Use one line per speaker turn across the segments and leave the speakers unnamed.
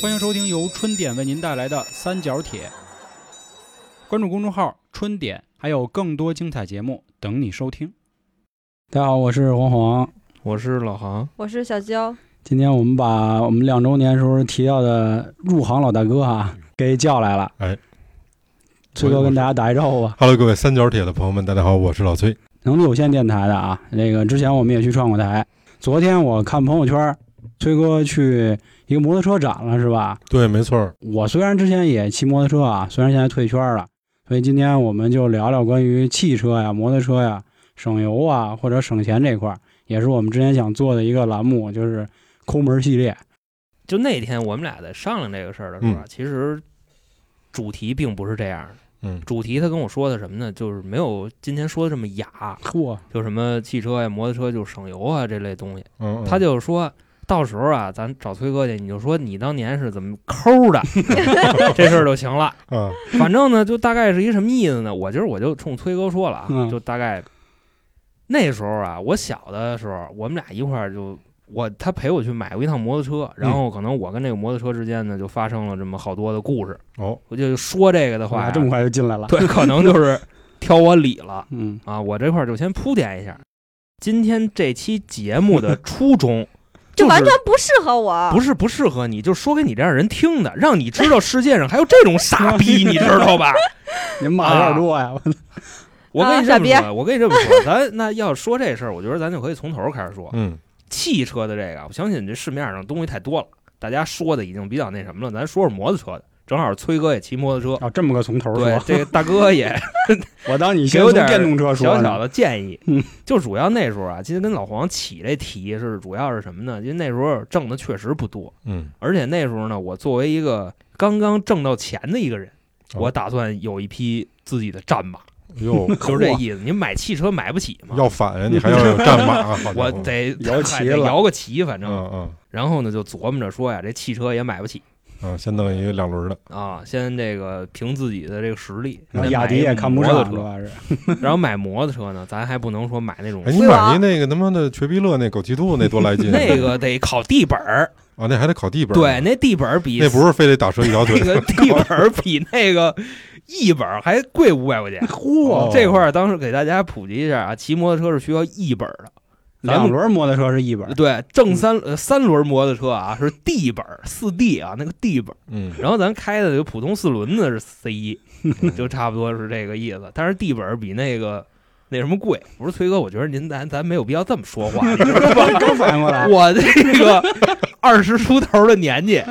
欢迎收听由春点为您带来的《三角铁》，关注公众号“春点”，还有更多精彩节目等你收听。大家好，我是黄黄。
我是老航，
我是小娇，
今天我们把我们两周年时候提到的入行老大哥啊，给叫来了。
哎，
崔哥跟大家打一招呼吧。
Hello，各位三角铁的朋友们，大家好，我是老崔。
能力有限电台的啊，那个之前我们也去串过台。昨天我看朋友圈，崔哥去一个摩托车展了，是吧？
对，没错儿，
我虽然之前也骑摩托车啊，虽然现在退圈了，所以今天我们就聊聊关于汽车呀、摩托车呀、省油啊或者省钱这块儿，也是我们之前想做的一个栏目，就是抠门系 列。
就那天我们俩在商量这个事儿的时候啊，
嗯
其实主题并不是这样的。
嗯，
主题他跟我说的什么呢？就是没有今天说的这么雅，
嚯，
就什么汽车呀、摩托车就省油啊这类东西。
嗯，嗯
他就是说到时候啊，咱找崔哥去，你就说你当年是怎么抠的这事儿就行了。
啊，
反正呢，就大概是一什么意思呢？我今儿我就冲崔哥说了啊，
嗯
就大概那时候啊，我小的时候，我们俩一块儿就我他陪我去买过一趟摩托车，然后可能我跟这个摩托车之间呢就发生了这么好多的故事。
哦，
我就说嗯这个的话
哇，
呀，
这么快就进来了。
对，可能就是挑我理了
嗯，
啊。我这块儿就先铺垫一下，今天这期节目的初 衷
这
就
完
是
全不适合我。
不是不适合你，就说给你这样人听的，让你知道世界上还有这种傻 逼，你知道吧？
您骂有点多
啊
呀。我
我跟你
啊
这
傻
么
逼
说，我跟你这么说，咱那要说这事儿，我觉得咱就可以从头开始说。
嗯，
汽车的这个，我相信这市面上东西太多了，大家说的已经比较那什么了。咱说说摩托车的，正好崔哥也骑摩托车，
哦，这么个从头
对
说，
这个大哥也
我当你
给
先
我
从
点儿
电动车说
小
呢
小的建议
嗯。
就主要那时候啊，今天跟老黄起这题是主要是什么呢？因为那时候挣的确实不多，
嗯，
而且那时候呢，我作为一个刚刚挣到钱的一个人，
哦
我打算有一匹自己的战马，
哟，
就是这意思。你买汽车买不起嘛，
要反呀，你还要有战马啊，好家伙
我得
摇旗
嗨得
了
摇个旗，反正。
嗯嗯
然后呢，就琢磨着说呀，这汽车也买不起
嗯，先弄一个两轮儿的，
啊，先这个凭自己的这个实力，
然
再
后雅
买
迪
一
嗯也看不
摩
上，主
托
要是
车。然后买摩托车呢，咱还不能说买那种
哎，你
对吧
啊
买一那个他妈的瘸逼乐那狗骑兔那多来劲，
那个得考地本儿，
啊，那还得考地本，
对，，那地本儿比
那不是非得打折一条腿
那，个地本儿比那个一本儿还贵五百 块钱。
嚯，
哦
这块儿当时给大家普及一下啊，骑摩托车是需要一本儿咱
两
们
轮摩托车是一
的，
本，
对，正三呃三轮摩托车啊是 D 本儿，四 D 啊那个 D 本儿。
嗯，
然后咱开的这个普通四轮子是 C 一，嗯就差不多是这个意思。但是地本儿比那个那什么贵。不是崔哥，我觉得您咱咱没有必要这么说 话。你知道吗
刚反应过来，
我这个二十出头的年纪，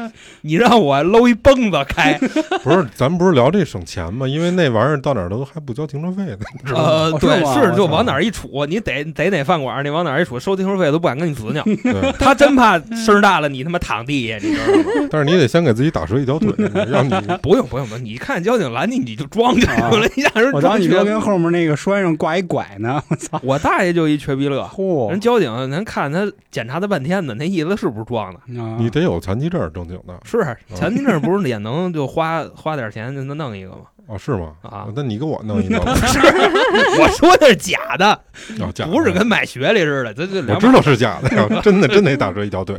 你让我搂一蹦子开，
不是，咱们不是聊这省钱吗？因为那玩意儿到哪儿都还不交停车费 呢，你知道吗？
呃，
我说
对，
嘛哦我
是就
操
往哪儿一杵，你得得哪饭馆儿，你往哪儿一杵，收停车费都不敢跟你死 尿。
对，
他真怕声儿大了，你他妈躺地下，你知道吗？
但是你得先给自己打折一条腿，让你
不用不用不用，你看交警拦你，你就装就行了。你让人
啊我当
装
你
瘸
说
子
跟后面那个栓上挂一拐呢，
我大爷就一瘸逼乐，
哦
嚯
人，交警咱看他检查他半天呢，那意思是不是装的？
啊
你得有残疾证儿正经的
是啊前进证不是也能就花花点钱就能弄一个吗？
哦，是吗？
啊
那你给我弄一个吧，
是， 我说那是假的，
哦假的
不是跟买学历似的，这这
我
两
知道是假的呀，真的真得打折一条腿。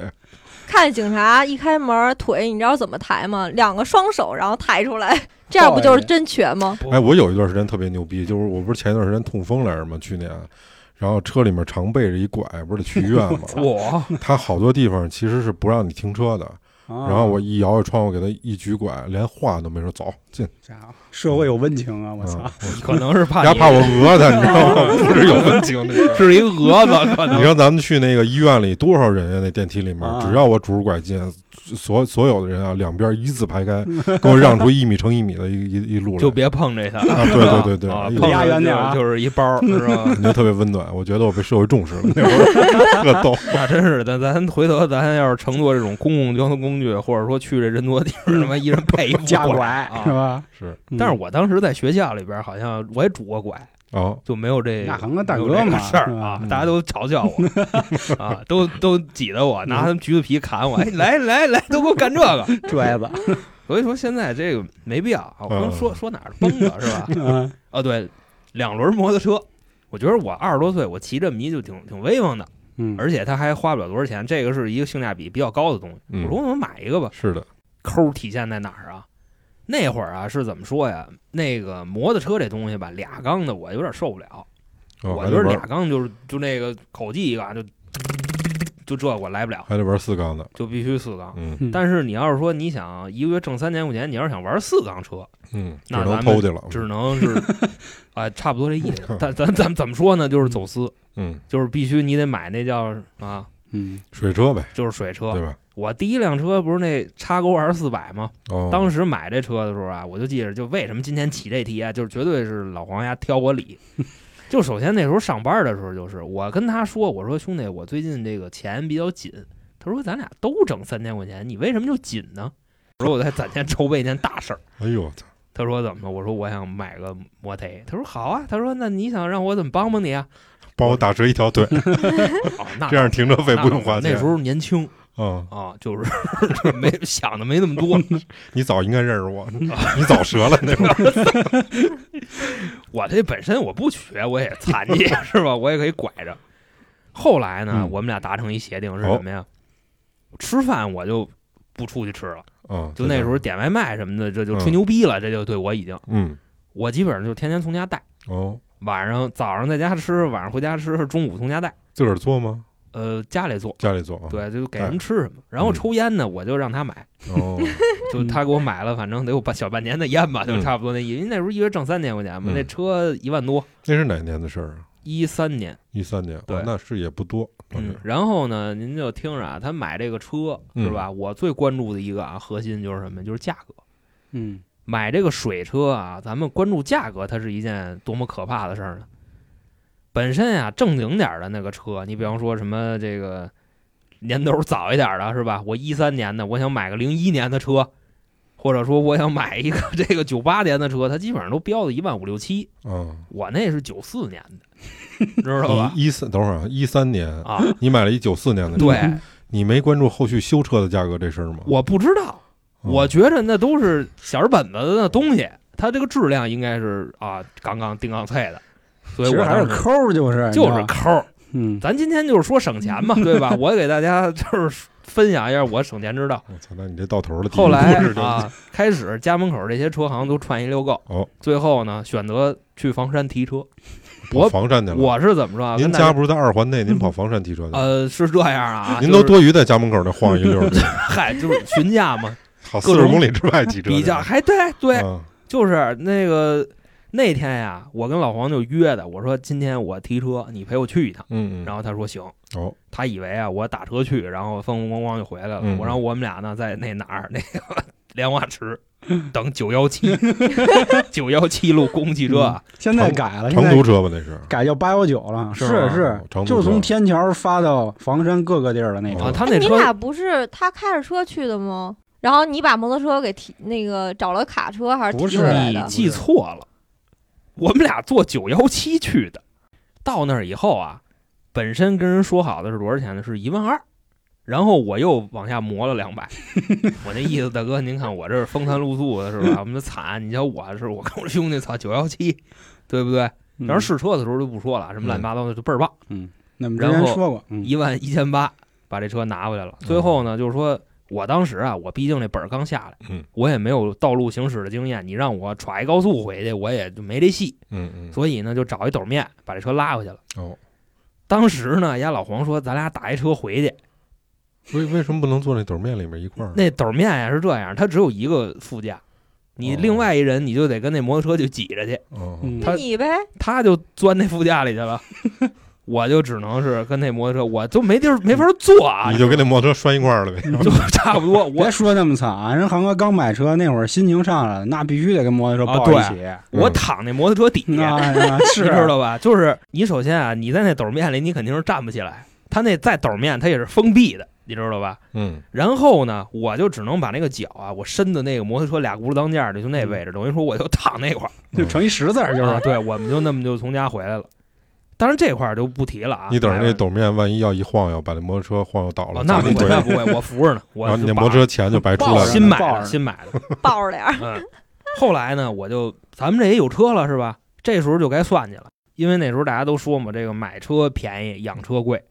看警察一开门，腿你知道怎么抬吗？两个双手然后抬出来，这样不就是真瘸吗？
哎，我有一段时间特别牛逼，就是我不是前一段时间痛风来着吗？去年，然后车里面常备着一拐，不是得去医院吗？
我
他好多地方其实是不让你停车的，
然
然后我一摇摇窗户给他一举拐，连话都没说，走进。
家伙，社会有温情啊！我操
啊，，
可能是 怕
家
你
怕我讹他，你知 道吗？ 不是有温情这事儿。
是一蛾子，可
你
能
让咱们去那个医院里多少人呀？那电梯里面
啊，
只要我拄着拐进，所所有的人啊，两边一字排开，给我让出一米乘一米的一一一路来，
就别碰这他。
啊对对对对
啊
哎呦
碰
离他远点
着
啊
就就是一包，是吧？
感觉特别温暖。我觉得我被社会重视了，那会儿特 逗。
那真是，咱咱回头咱要是乘坐这种公共交通工具，或者说去这人多地 儿，他妈一人 配一副
架拐是
啊。
吧？
是
嗯
但是我当时在学校里边，好像我也拄过拐，
哦，
就没有这
那横个大哥嘛
没有这个事儿啊
是吧，嗯
大家都嘲笑我 啊，都都挤得我，
嗯
拿他们橘子皮砍我，哎，来来来，都给我干这 个。
拽 子，
所以说现在这个没必要啊，我刚
嗯
说说哪儿崩了是 吧？
嗯，
哦，对，两轮摩托车，我觉得我二十多岁，我骑这么一就挺挺威风的。
嗯
而且它还花不了多少钱，这个是一个性价比比较高的东西。
嗯
我说我买一个吧，
是的，
抠体现在哪儿啊？那会儿啊是怎么说呀？那个摩托车这东西吧，俩缸的我有点受不了，
哦
我
还
觉
得
得
玩
俩缸就是就那个口技一个啊就就这我来不了，
还得玩四缸的，
就必须四缸。
嗯
嗯
但是你要是说你想一个月挣三千块钱，你要是想玩四缸车，
嗯，只
那
能
咱们
偷去了，
只能 是啊、差不多这意思。咱咱咱怎么说呢？就是走私，
哦嗯，
就是必须你得买那叫啊，
嗯，
水车呗，
就是水车
对。吧？
我第一辆车不是那叉勾 R 四百吗？
哦，
当时买这车的时候啊，我就记着，就为什么今天起这题啊，就是绝对是老黄家挑我 理。就首先那时候上班的时候，就是我跟他说，我说兄弟，我最近这个钱比较紧。他说咱俩都挣三千块钱，你为什么就紧呢？我说我在攒钱筹备一件大事儿。
哎呦我操，
他说怎么了？我说我想买个摩托。他说好啊。他说那你想让我怎么帮帮你 啊？
帮我打折一条腿，
哦，那
这样停车费不用花钱。
那时候年轻
嗯，
啊，就是 没想的没那么多。
你早应该认识我，你早折了那 会儿。
我这本身我不瘸，我也残 疾是吧？我也可以拐着。后来呢，
嗯
我们俩达成一协定是
哦
什么呀？吃饭我就不出去吃了，
嗯，
就那时候点外卖什么的，这就吹
嗯
牛逼了，这就对我已经，
嗯，
我基本上就天天从家带，
哦，
晚上早上在家吃，晚上回家吃，中午从家带，
自个儿做吗？
呃，家里做。
家里做啊？
对，就给人吃什么，然
嗯
后抽烟呢，我就让他 买，
哦，
就他给我买了，反正得有半小半年的烟吧，就
嗯
差不多那意思。因为那时候一月挣三千块钱嘛，
嗯
那车一万多，
那是哪年的事儿啊？
一三年，
一三年，哦
对
那是也不多，当
嗯
时，
然后呢，您就听着啊，他买这个车
嗯
是吧？我最关注的一个啊，核心就是什么？就是价格。
嗯，
买这个水车啊，咱们关注价格，它是一件多么可怕的事儿呢？本身啊，正经点儿的那个车，你比方说什么这个年头早一点儿的是吧？我一三年的，我想买个零一年的车，或者说我想买一个这个九八年的车，它基本上都标的一万五六七，
啊，
我那是九四年 的，嗯知道吧？
一一三，等会儿啊，一嗯三年，
啊，
你买了一九四年的，
对，
你没关注后续修车的价格这事儿吗？
我不知道。
嗯
我觉着那都是小人本子的那东西，它这个质量应该是啊，杠杠叮杠脆的，所以
其
我
实还是
当时
抠儿，就是
就
你知
是
道吧
抠儿。
嗯
咱今天就是说省钱 嘛，对吧？我给大家就是分享一下我省钱之 道。
我操，那你这到头了。
后来
第一步是这
啊，开始家门口这些车行都串一溜够，
哦
最后呢选择去房山提车。
跑
我
房山去了。
我是怎么说啊？
您
跟大
家不是在二环内，您跑房山提车去？
呃是这样啊，
您都
就是
多余在家门口那晃一溜 儿，
嗨，就是询价 嘛，
好
各
四
种
十公里之外骑车去。
比较还对对，
啊，
就是那个那天呀，我跟老黄就约的，我说今天我提车，你陪我去一趟。
嗯嗯，
然后他说行，
哦，
他以为啊我打车去，然后风风光光就回来了。
嗯
我然后我们俩呢在那哪儿那个 莲花 池等九幺七九幺七路公共汽车啊，
现在改了，现
长
在
途车吧那是。
改叫八幺九了，
是
是
吗
是
长途，
就
车
从天桥发到房山各个地儿的那
啊
哦
种。
他
哎
那
你
车
俩不是他开着车去的吗？然后你把摩托车给提那个找了卡车还是
不
提
是啊
回来
你
的？
记错了，我们俩坐九幺七去的，到那儿以后啊，本身跟人说好的是多少钱呢？是一万二，然后我又往下磨了两百。 我那意思，大哥，您看我这是风餐露宿的是吧？我们这惨，你瞧我是我跟我兄弟操九幺七，对不对？然后
嗯
试车的时候就不说了，什么乱七八糟的就倍儿棒，
那么之
然
前
后
说过，嗯
一万一千八把这车拿回来了。
嗯
最后呢，就是说。我当时啊，我毕竟这本儿刚下来，
嗯
我也没有道路行驶的经验，你让我歘一高速回去，我也就没这戏。
嗯嗯，
所以呢，就找一斗面把这车拉回去了。
哦，
当时呢，人家老黄说咱俩打一车回去。
为为什么不能坐那斗面里面一块儿？
那斗面呀是这样，它只有一个副驾，你
哦
另外一人你就得跟那摩托车就挤着去，
哦，
嗯
那你呗，
他就钻那副驾里去 了。我就只能是跟那摩托车，我就没地儿没法坐啊
你，就跟那摩托车拴一块儿了呗。
就差不多。我
别说那么惨啊，人航哥刚买车那会儿心情上来了，那必须得跟摩托车
啊
抱
对
一起。
嗯
我躺那摩托车底下，
那啊
你
是
知道吧？就是你首先啊，你在那斗面里你肯定是站不起来，他那在斗面它也是封闭的，你知道吧？
嗯，
然后呢，我就只能把那个脚啊，我伸的那个摩托车俩轱辘当间儿里，就那位置，等于说我就躺那块儿，
就成一十字 儿，就
啊
是
对，我们就那么就从家回来了。当然这块儿就不提了啊。
嗯你等着
买
那
完
斗面，万一要一晃悠，把那摩托车晃悠倒了，
哦，那
砸
不
你
会，
腿
那
上，
不会，我扶着呢，我
然后你那
就把
摩托车钱就白出
抱
来
着
了。
新买
抱
的，
着
新买的。
抱着 点儿。
嗯，后来呢，我就咱们这也有车了是吧？这时候就该算计了，因为那时候大家都说嘛，这个买车便宜，养车贵。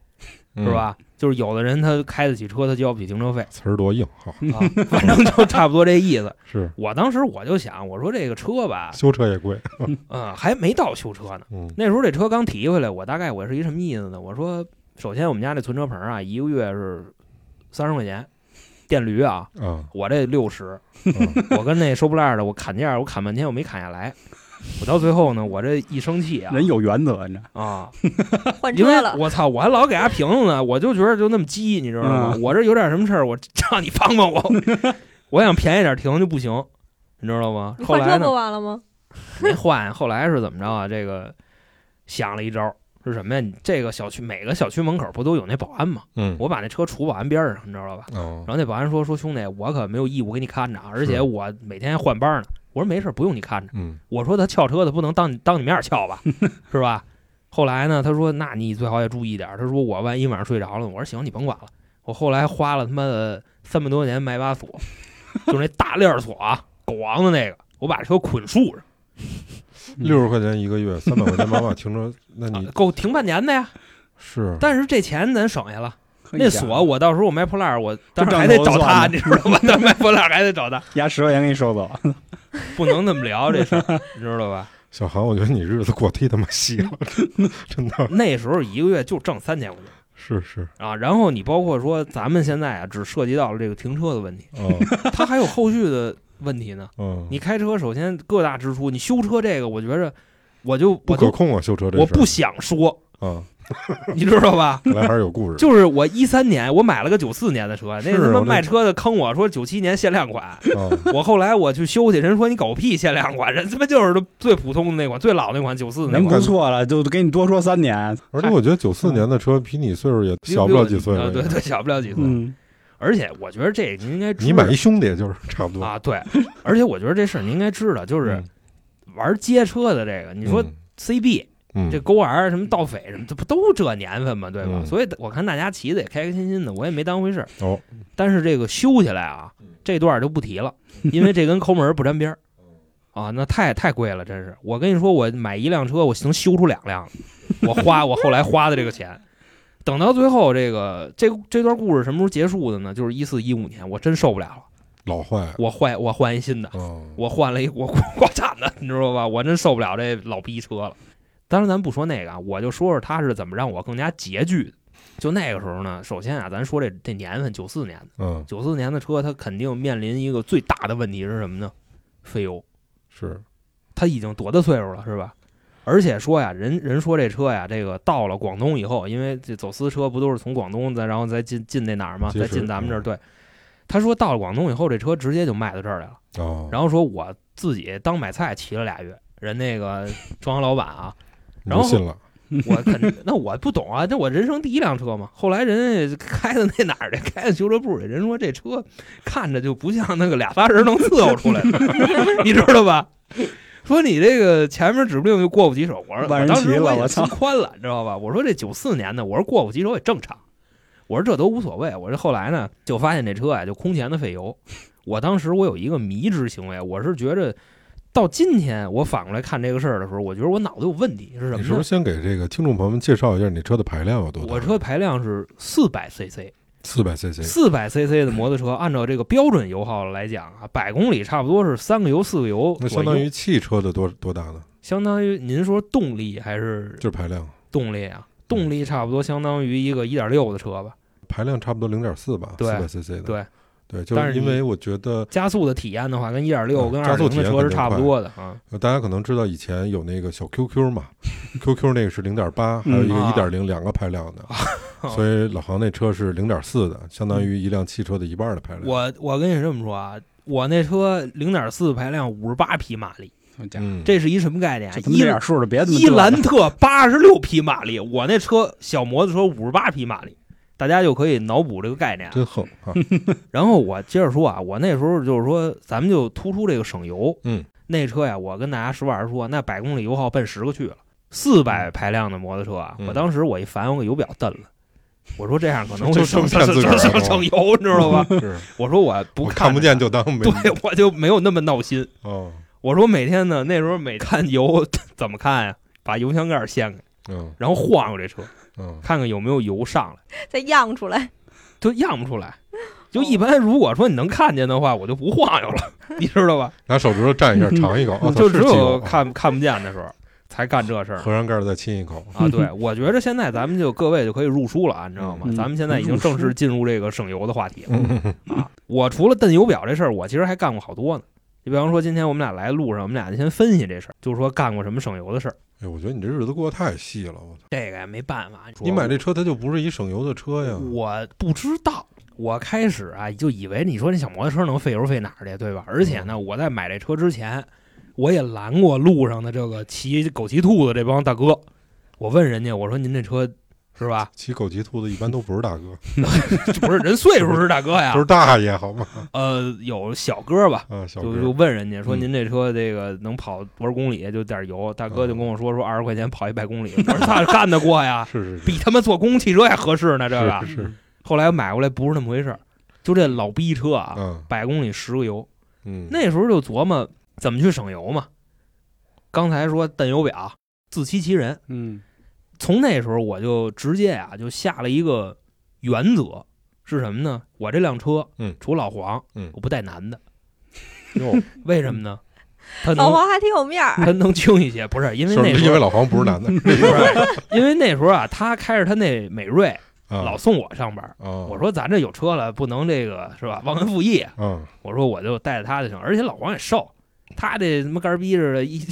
嗯
是？吧？就是有的人他开得起车，他交不起停车费
词儿多硬哈，
啊， 反正就差不多这意思。
是
我当时我就想，我说这个车吧，
修车也贵，
嗯，还没到修车呢。
嗯
那时候这车刚提回来，我大概我是一什么意思呢？我说，首先我们家这存车棚啊，一个月是三十块钱，电驴啊，
啊，
我这六十，
嗯
我跟那收破烂的我砍价，我砍半天我没砍下来，我到最后呢，我这一生气啊
人有原则，你知道？
啊，
换
因为
车了，
我操，我还老给他评论呢，我就觉得就那么鸡，你知道吗？我这有点什么事儿，我让你帮帮我，我想便宜点停就不行，你知道吗
你？
后
换
来
车
呢
不，完了吗？
没换，后来是怎么着啊？这个想了一招是什么呀？你这个小区每个小区门口不都有那保安吗？
嗯，
我把那车杵保安边儿上，你知道吧？
哦
然后那保安说说兄弟，我可没有义务给你看着啊，而且
是
我每天还换班呢。我说没事，不用你看着。
嗯
我说他撬车的不能当你当你面撬吧，是吧？后来呢，他说那你最好也注意点儿。他说我万一晚上睡着了，我说行，你甭管了。我后来花了他妈的三百多块钱买把锁，就是那大链儿锁啊，狗王的那个，我把车捆树上。
六十块钱一个月，三百块钱妈妈停车，那
啊
你
够停半年的呀。
是
但是这钱咱省下了，
哎
那锁
我
我到时候我卖破烂儿，我
这
当时还得
账头
找他，
算的
你知道吧？他卖破烂儿还得找他，
压十块钱给你收走，
不能这么聊这事儿，你知道吧？
小韩，我觉得你日子过忒他妈细 了，真的
那时候一个月就挣三千块钱
是是
啊，然后你包括说咱们现在啊，只涉及到了这个停车的问题，
啊
它还有后续的问题 呢。
嗯，
你开车首先各大支出，你修车这个，我觉着我就
不
我
可
就
控啊，修车这
我
事儿
不想说，
啊，
你知道吧？
看来还是 有故事，
就是我一三年我买了个九四年的车，那
是
他
啊
妈
那
卖车的坑我说九七年限量款，
啊
我后来我去修去，人说你狗屁限量款，人他妈就是最普通的那款，最老那款九四那
人
款，
不错了，就给你多说三年。
而且我觉得九四年的车比你岁数也小不了几岁
啊
了，
对对，小不了几岁。
嗯，
而且我觉得这您应该知道
你买一兄弟就是差不多，嗯
啊，对。而且我觉得这事儿您应该知道，就是玩街车的这个，你
你
说 CB
嗯
这勾 R 什么盗匪什么，这不都这年份嘛，对吧？
嗯
所以我看大家骑的也开开心心的，我也没当回事儿。
哦，嗯
但是这个修起来啊，这段儿就不提了，因为这跟抠门儿不沾 边儿。
哦
啊，那太太贵了，真是！我跟你说，我买一辆车，我能修出两辆，我花我后来花的这个钱，等到最后这个这这段故事什么时候结束的呢？就是一四一五年，我真受不了了，
老坏 了，
我换我换一新的，
嗯
我换了一我国产的，你知道吧？我真受不了这老逼车了。当然，咱不说那个啊，我就说说他是怎么让我更加拮据的。就那个时候呢，首先啊，咱说这这年份，九四年的，
嗯
九四年的车，它肯定面临一个最大的问题是什么呢？费油，
是
它已经多大岁数了，是吧？而且说呀，人人说这车呀，这个到了广东以后，因为这走私车不都是从广东再然后再进进那哪儿吗？
结
再
实
进咱们这儿。
嗯
对，他说到了广东以后，这车直接就卖到这儿来了。
哦，
然后说我自己当买菜骑了俩月，人那个装修老板啊，
你
然
不
后
信了，
我肯那我不懂啊，那我人生第一辆车嘛。后来人家开的那哪儿的，开的修车部的，人说这车看着就不像那个俩仨人能伺候出来的，你知道吧？ 说你这个前面指不定就过不及手，我
万
说我
人
当时
骑了
我也
我
心
操
宽了，你知道吧？我说这九四年的，我说过不及手也正常，我说这都无所谓。我这后来呢，就发现这车啊，就空前的费油。我当时我有一个迷之行为，我是觉着到今天我反过来看这个事儿的时候，我觉得我脑子有问题是什么
你
呢？
是不是先给这个听众朋友们介绍一下你车的排量有多大？
我车排量是四百 CC，
四百 CC，
四百 CC 的摩托 车，按照这个标准油耗来讲啊，百公里差不多是三个油四个油
那
左
相当
右
于汽车的多多大呢？
相当于您说动力还是
就是排量，
动力啊？动力差不多相当于一个一点六的车吧，
排量差不多零点四吧，四
对
百 CC 的，
对
对，就
但是
是因为
你
我觉得
加速的体验的话，跟一点六
嗯
跟二
加速
零
体
的
验
车是
肯定
差不
快
多的啊。
呃大家可能知道以前有那个小 QQ 嘛，QQ 那个是零点八，还有一个
嗯
一点零，两个排量的，
啊
所以老航那车是零点四的，相当于一辆汽车的一半的排量。
我我跟你这么说啊，我那车零点四排量五十八匹马力，
我讲
嗯，
这是一什么概念啊
就？他妈
一
这点数了，
哎
别这么
伊
嘚瑟
兰特八十六匹马力，我那车小摩托车五十八匹马力，大家就可以脑补这个概念啊。
真横 啊！
然后我接着说啊，我那时候就是说，咱们就突出这个省油。
嗯，
那车呀，我跟大家实话实说，那百公里油耗奔十个去了，四百排量的摩托车啊，
嗯
我当时我一烦，我给油表蹬了。我说这样可能
就
会省
就骗
省
自个儿
省
啊
省省油，你知道 吧？
是
我说我不
我看不
着
见就当没
对，我就没有那么闹心。
哦，
我说每天 呢，那时候每看油怎么看呀、把油箱盖儿掀开，
嗯
然后晃悠这车，
嗯，
看看有没有油上来，
再漾出来。
就漾不出来。就一般，如果说你能看见的话，我就不晃悠了， 你知道吧？
拿手指头蘸一下，尝一口，哦，
嗯就
它
只
是鸡
有
肉啊
看看不见的时候才干这 事儿
荷上盖儿再亲一口，
啊。对，我觉着现在咱们就各位就可以入书了啊，你知道吗？
嗯
咱们现在已经正式进入这个省油的话题了。啊
嗯，
我除了蹬油表这事儿，我其实还干过好多呢。你比方说，今天我们俩来路上，我们俩就先分析这事儿，就是说干过什么省油的事儿。
哎，我觉得你这日子过得太细了，我操！
这个也没办法，
你买这车它就不是一省油的车呀，
我不知道。我开始啊，就以为你说那小摩托车能费油费哪儿去，对吧？而且
嗯
呢，我在买这车之前，我也拦过路上的这个骑狗骑兔子这帮大哥。我问人家，我说您这车是吧？
骑狗骑兔子一般都不是大哥，
这不是人岁数是大哥呀
都，是大爷好吗？
呃，有小哥吧，
啊，小
就
哥
就，问人家说
嗯，
您这车这个能跑多少公里？就点儿油，大哥就跟我说说二十块钱跑一百公里， 我说那干得过呀
是是是，
比他妈坐公汽车还合适呢，这个
是。是是，
后来买回来不是那么回事儿，就这老逼车啊，
嗯
百公里十个油，
嗯，
那时候就琢磨怎么去省油嘛。刚才说蹬油表，自欺欺人。
嗯
从那时候我就直接啊，就下了一个原则是什么呢？我这辆车，
嗯
除老黄，
嗯
我不带男的，
哟，
为什么 呢？他
老
能
黄还挺有面 儿，
他能轻一些，不是因为
就
那
是
时
因为
候，
老黄不是男的，
不 是因为那时候啊，他开着他那美瑞
啊
老送我上班。
啊，
我说咱这有车了，不能这个是吧？忘恩负义。啊
嗯，
我说我就带着他就行，而且老黄也瘦，他这他妈干儿逼似的，一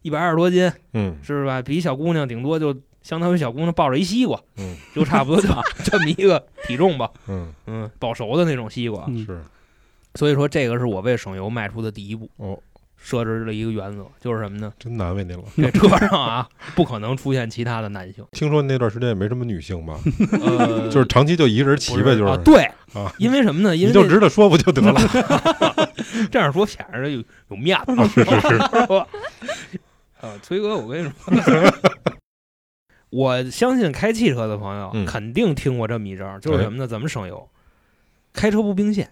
一百二十多斤
嗯
是吧？比小姑娘顶多就相当于小姑娘抱着一西瓜，
嗯
就差 不多就这么一个体重吧，
嗯
嗯，保熟的那种西瓜。
嗯，
是
所以说这个是我为省油迈出的第一步，
哦，
设置了一个原则，就是什么呢？
真难为您了。
这车上啊不可能出现其他的男性，
听说那段时间也没什么女性吧，
呃，
就是长期就一人骑
不
呗，
是
就
啊
是，
对
啊
因为什么呢？因
你
为
就知道说不就得了，
这样说显着有有面 子，
啊是是是，
是吧？ 啊，崔哥，我跟你说， 我相信开汽车的朋友
嗯
肯定听过这么一招，
哎
就是什么呢？怎么省油？开车不并线，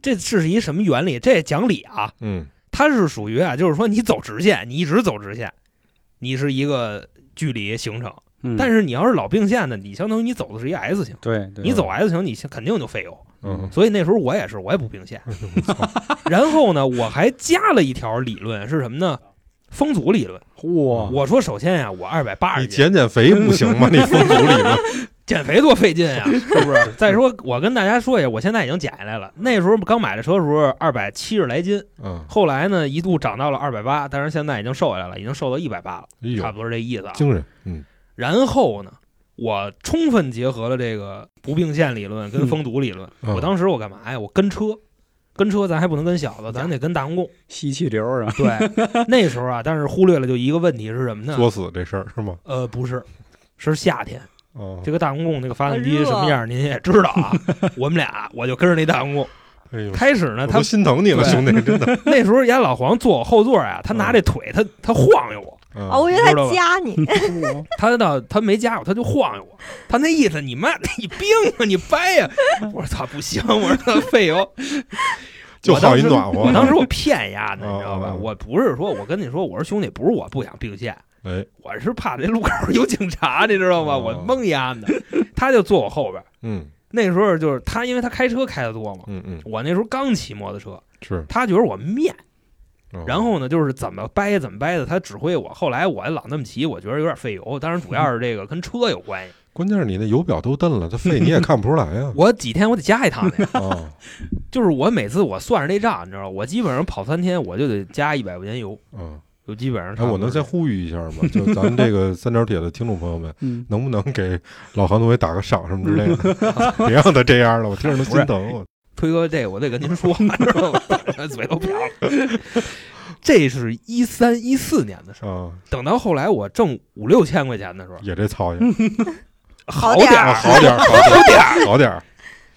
这是一什么原理？这讲理啊，
嗯
它是属于啊，就是说你走直线，你一直走直线，你是一个距离形成。
嗯
但是你要是老并线呢，你相当于你走的是一 S 型，
对对，
你走 S 型，你肯定就费油。
嗯，
所以那时候我也是，我也不并 线。 然后呢，我还加了一条理论是什么呢？风阻理论。
嚯，
我说，首先呀、我二百八
啊嗯你
十斤，
减减肥不行吗？你风俗 里面，
减肥多费劲 呀、是 不是？再说，我跟大家说一下，我现在已经减下来了。那时候刚买的车的时候，二百七十来斤，
嗯，
后来呢一度涨到了二百八，但是现在已经瘦下来了，已经瘦到一百八了，
哎
差
呦，
不多是这意思啊。
精神，嗯
然后呢，我充分结合了这个不并线理论跟风阻理论。
嗯
我当时我干嘛呀？我跟车，跟车咱还不能跟小子，咱
嗯
得跟大公共。
吸气流 啊，
对，那时候啊，但是忽略了就一个问题是什么呢？
作死这事儿是吗？
呃，不是，是夏天，
哦
这，个大公共那个发动
啊
机
热
什么样，您也知道啊。我们俩，我就跟着那大公共。
哎呦，
开始呢，
我
他
都心疼你了，
对
兄弟，真的，
那时候家老黄坐我后座啊，他拿这腿，他他晃悠我，
嗯
哦，我以为他夹 你，
他到他没加我，他就晃悠我，他那意思，你妈，你病啊，你掰呀、我说操，不行，我说他费油。
就
我当
好一
时
暖和
我，当时 我骗丫的，你知道吧？
哦哦哦
我不是说，我跟你说，我说兄弟，不是我不想并线，
哎，
我是怕这路口有警察，你知道吗？
哦
我蒙丫的，他就坐我后边儿。
嗯
那时候就是他，因为他开车开的多嘛，
嗯嗯，
我那时候刚骑摩托车，
是，
他觉得我面，
哦
然后呢就是怎么掰怎么掰的，他指挥我。后来我老那么骑，我觉得有点费油，当然主要是这个跟车有关系。，
关键是你那油表都蹬了，它费你也看不出来啊 呀
我几天我得加一趟呢，
啊
就是我每次我算着这账，你知道吗，我基本上跑三天我就得加一百块钱油，
啊，
就基本上差
哎，
不多
我能
是这
先
样。
呼吁一下吗？就咱们这个三角铁的听众朋友们。
嗯，
能不能给老韩同学打个赏什么之类 的？别让他这样了，我听着都心疼。我
推哥，这个我得跟您说， 知道吗？嘴都瓢了。 这是一三一四年的事儿。
啊，
等到后来我挣五六千块钱的时候，
也这操性，
好
点
嗯啊，
儿，
好点儿，好点儿，好点儿，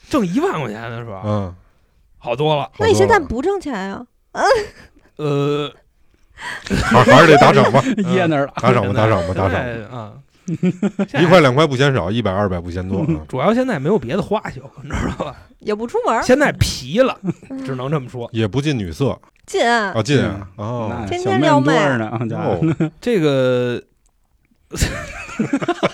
挣一万块钱的时候
嗯。
好多了。
那你现在
好
不挣钱呀？
呃，
多了还还是得打 赏吧，
噎那儿
嗯
了，
打赏吧，打赏吧，打赏吧，
现在啊，
一块两块不嫌少，一百二百不嫌多 啊。
主要现在没有别的花销，你知道吧？
也不出门儿，
现在皮了，
嗯
只能这么说。
也不近女色
进
啊，近
嗯
啊，
那
哦
小
天天
妹
撩
妹
哦
妹
多着呢，啊家伙
哦，
这个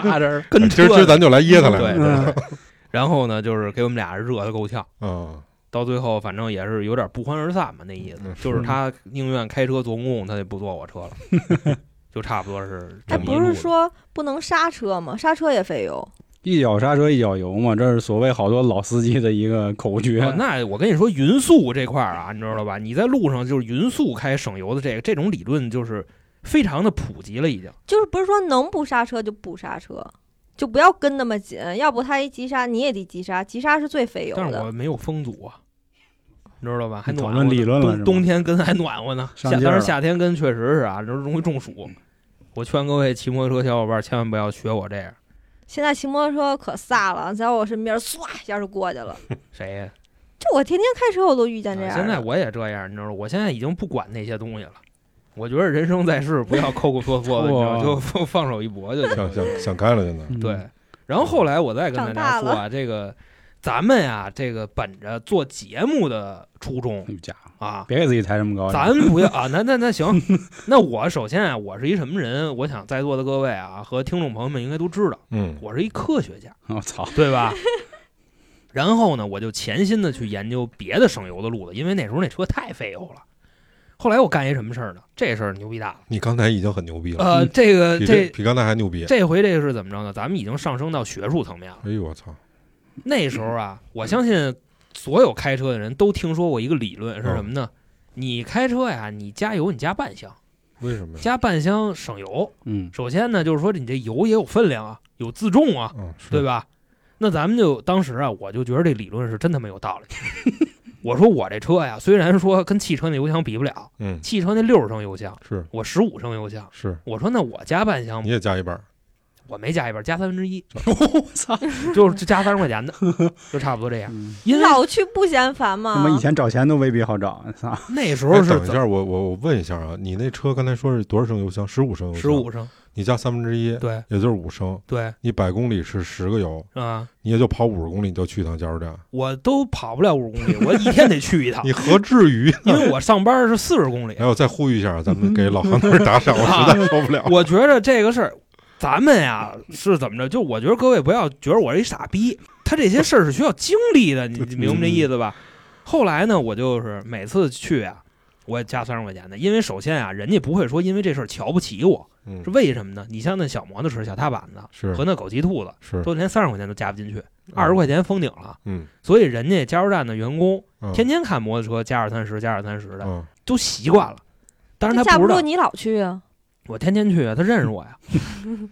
嘎这儿跟
哎今
车
儿今儿咱就来噎他来
对
了
嗯，
然后呢，就是给我们俩热的够呛，
啊，
到最后反正也是有点不欢而散吧，那意思
嗯
就是他宁愿开车坐公共，他也不坐我车了， 就差不多是这
哎，
么一
不
路
是
的。
说不能刹车吗？刹车也费油。
一脚刹车一脚油嘛，这是所谓好多老司机的一个口诀。
哦那我跟你说，匀速这块儿啊，你知道吧？你在路上就是匀速开省油的这个这种理论，就是非常的普及了，已经。
就是不是说能不刹车就不刹车，就不要跟那么紧，要不他一急刹你也得急刹，急刹是最费油
但是
的。
我没有风阻啊，你知道吧？还
你讨
暖
论
和呢
理论了
冬
是吗
冬天跟还暖和呢。夏
上劲儿
但是
了嗯
夏天跟确实是啊，就是容易中暑。我劝各位骑摩托车小伙伴，千万不要学我这样。
现在骑摩托车可飒了，在我身边唰一下就过去了。
谁呀、
就我天天开车我都遇见这
啊
样的、
现在我也这样，你知道吗？我现在已经不管那些东西了。我觉得人生在世，不要抠抠缩缩的，你知道吗，
哇
就放放手一搏就行。
想想想开了，现在
嗯
对，然后后来我再跟大
长
家
大
说啊，这个咱们呀、这个本着做节目的初衷
哎呦家伙，
啊，
别给自己抬这么高。
咱不要啊，那那 那行，那我首先啊，我是一什么人？我想在座的各位啊和听众朋友们应该都知道，
嗯
我是一科学家，
我 操，
对吧？然后呢，我就潜心的去研究别的省油的路子，因为那时候那车太费油了。后来我干一什么事儿呢？这事儿牛逼大了。
你刚才已经很牛逼了，
呃，这个
比
这
比刚才还牛逼。
这回这个是怎么着呢？咱们已经上升到学术层面了。
哎呦我操！
那时候啊，我相信所有开车的人都听说过一个理论是什么
嗯
呢？你开车呀，你加油你加半箱，
为什么呀？
加半箱省油。
嗯，
首先呢，就是说你这油也有分量啊，有自重啊，
嗯，是
对吧？那咱们就当时啊，我就觉得这理论是真他妈有道理。 我说我这车呀，虽然说跟汽车那油箱比不了，
嗯，
汽车那六十升油箱，
是
我十五升油箱。
是，
我说那我加半箱
你，也加一半儿，
我没加一半，加三分之 一，
我操，
就是加三十块钱的，就差不多这样。
嗯
因为
老去不嫌烦
他
嘛
妈。以前找钱都未必好找，操，
那时
不
候是
哎等一下，我我我问一下啊，你那车刚才说是多少升油箱？十五升油箱，
十五，升，
你加三分之一，
对
也就是五升。
对
你百公里是十个油，
啊，
你也就跑五十公里，你就去一趟加油站，
我都跑不了五十公 里，我一天得去一趟
你，何至于？
因为我上班是四十公里
哎，。我再呼吁一下啊，咱们给 老韩同志打赏，我实在受不 了。
我觉着这个事儿，咱们呀是怎么着？就我觉得各位不要觉得我是一傻逼，他这些事儿是需要经历 的，你你明白这意思吧？后来呢，我就是每次去啊，我也加三十块钱的，因为首先啊，人家不会说因为这事儿瞧不起我，
嗯
是，为什么呢？你像那小摩托车、小踏板子
是
和那狗急兔子，
是啊
都连三十块钱都加不进去，二十，块钱封顶了。
嗯，
所以人家加油站的员工
嗯
天天看摩托车加二三十加二三十的，
嗯，
都习惯了。当然
这
他
架
不
不
知
住
道
你老去啊，
我天天去，啊他认识 我呀。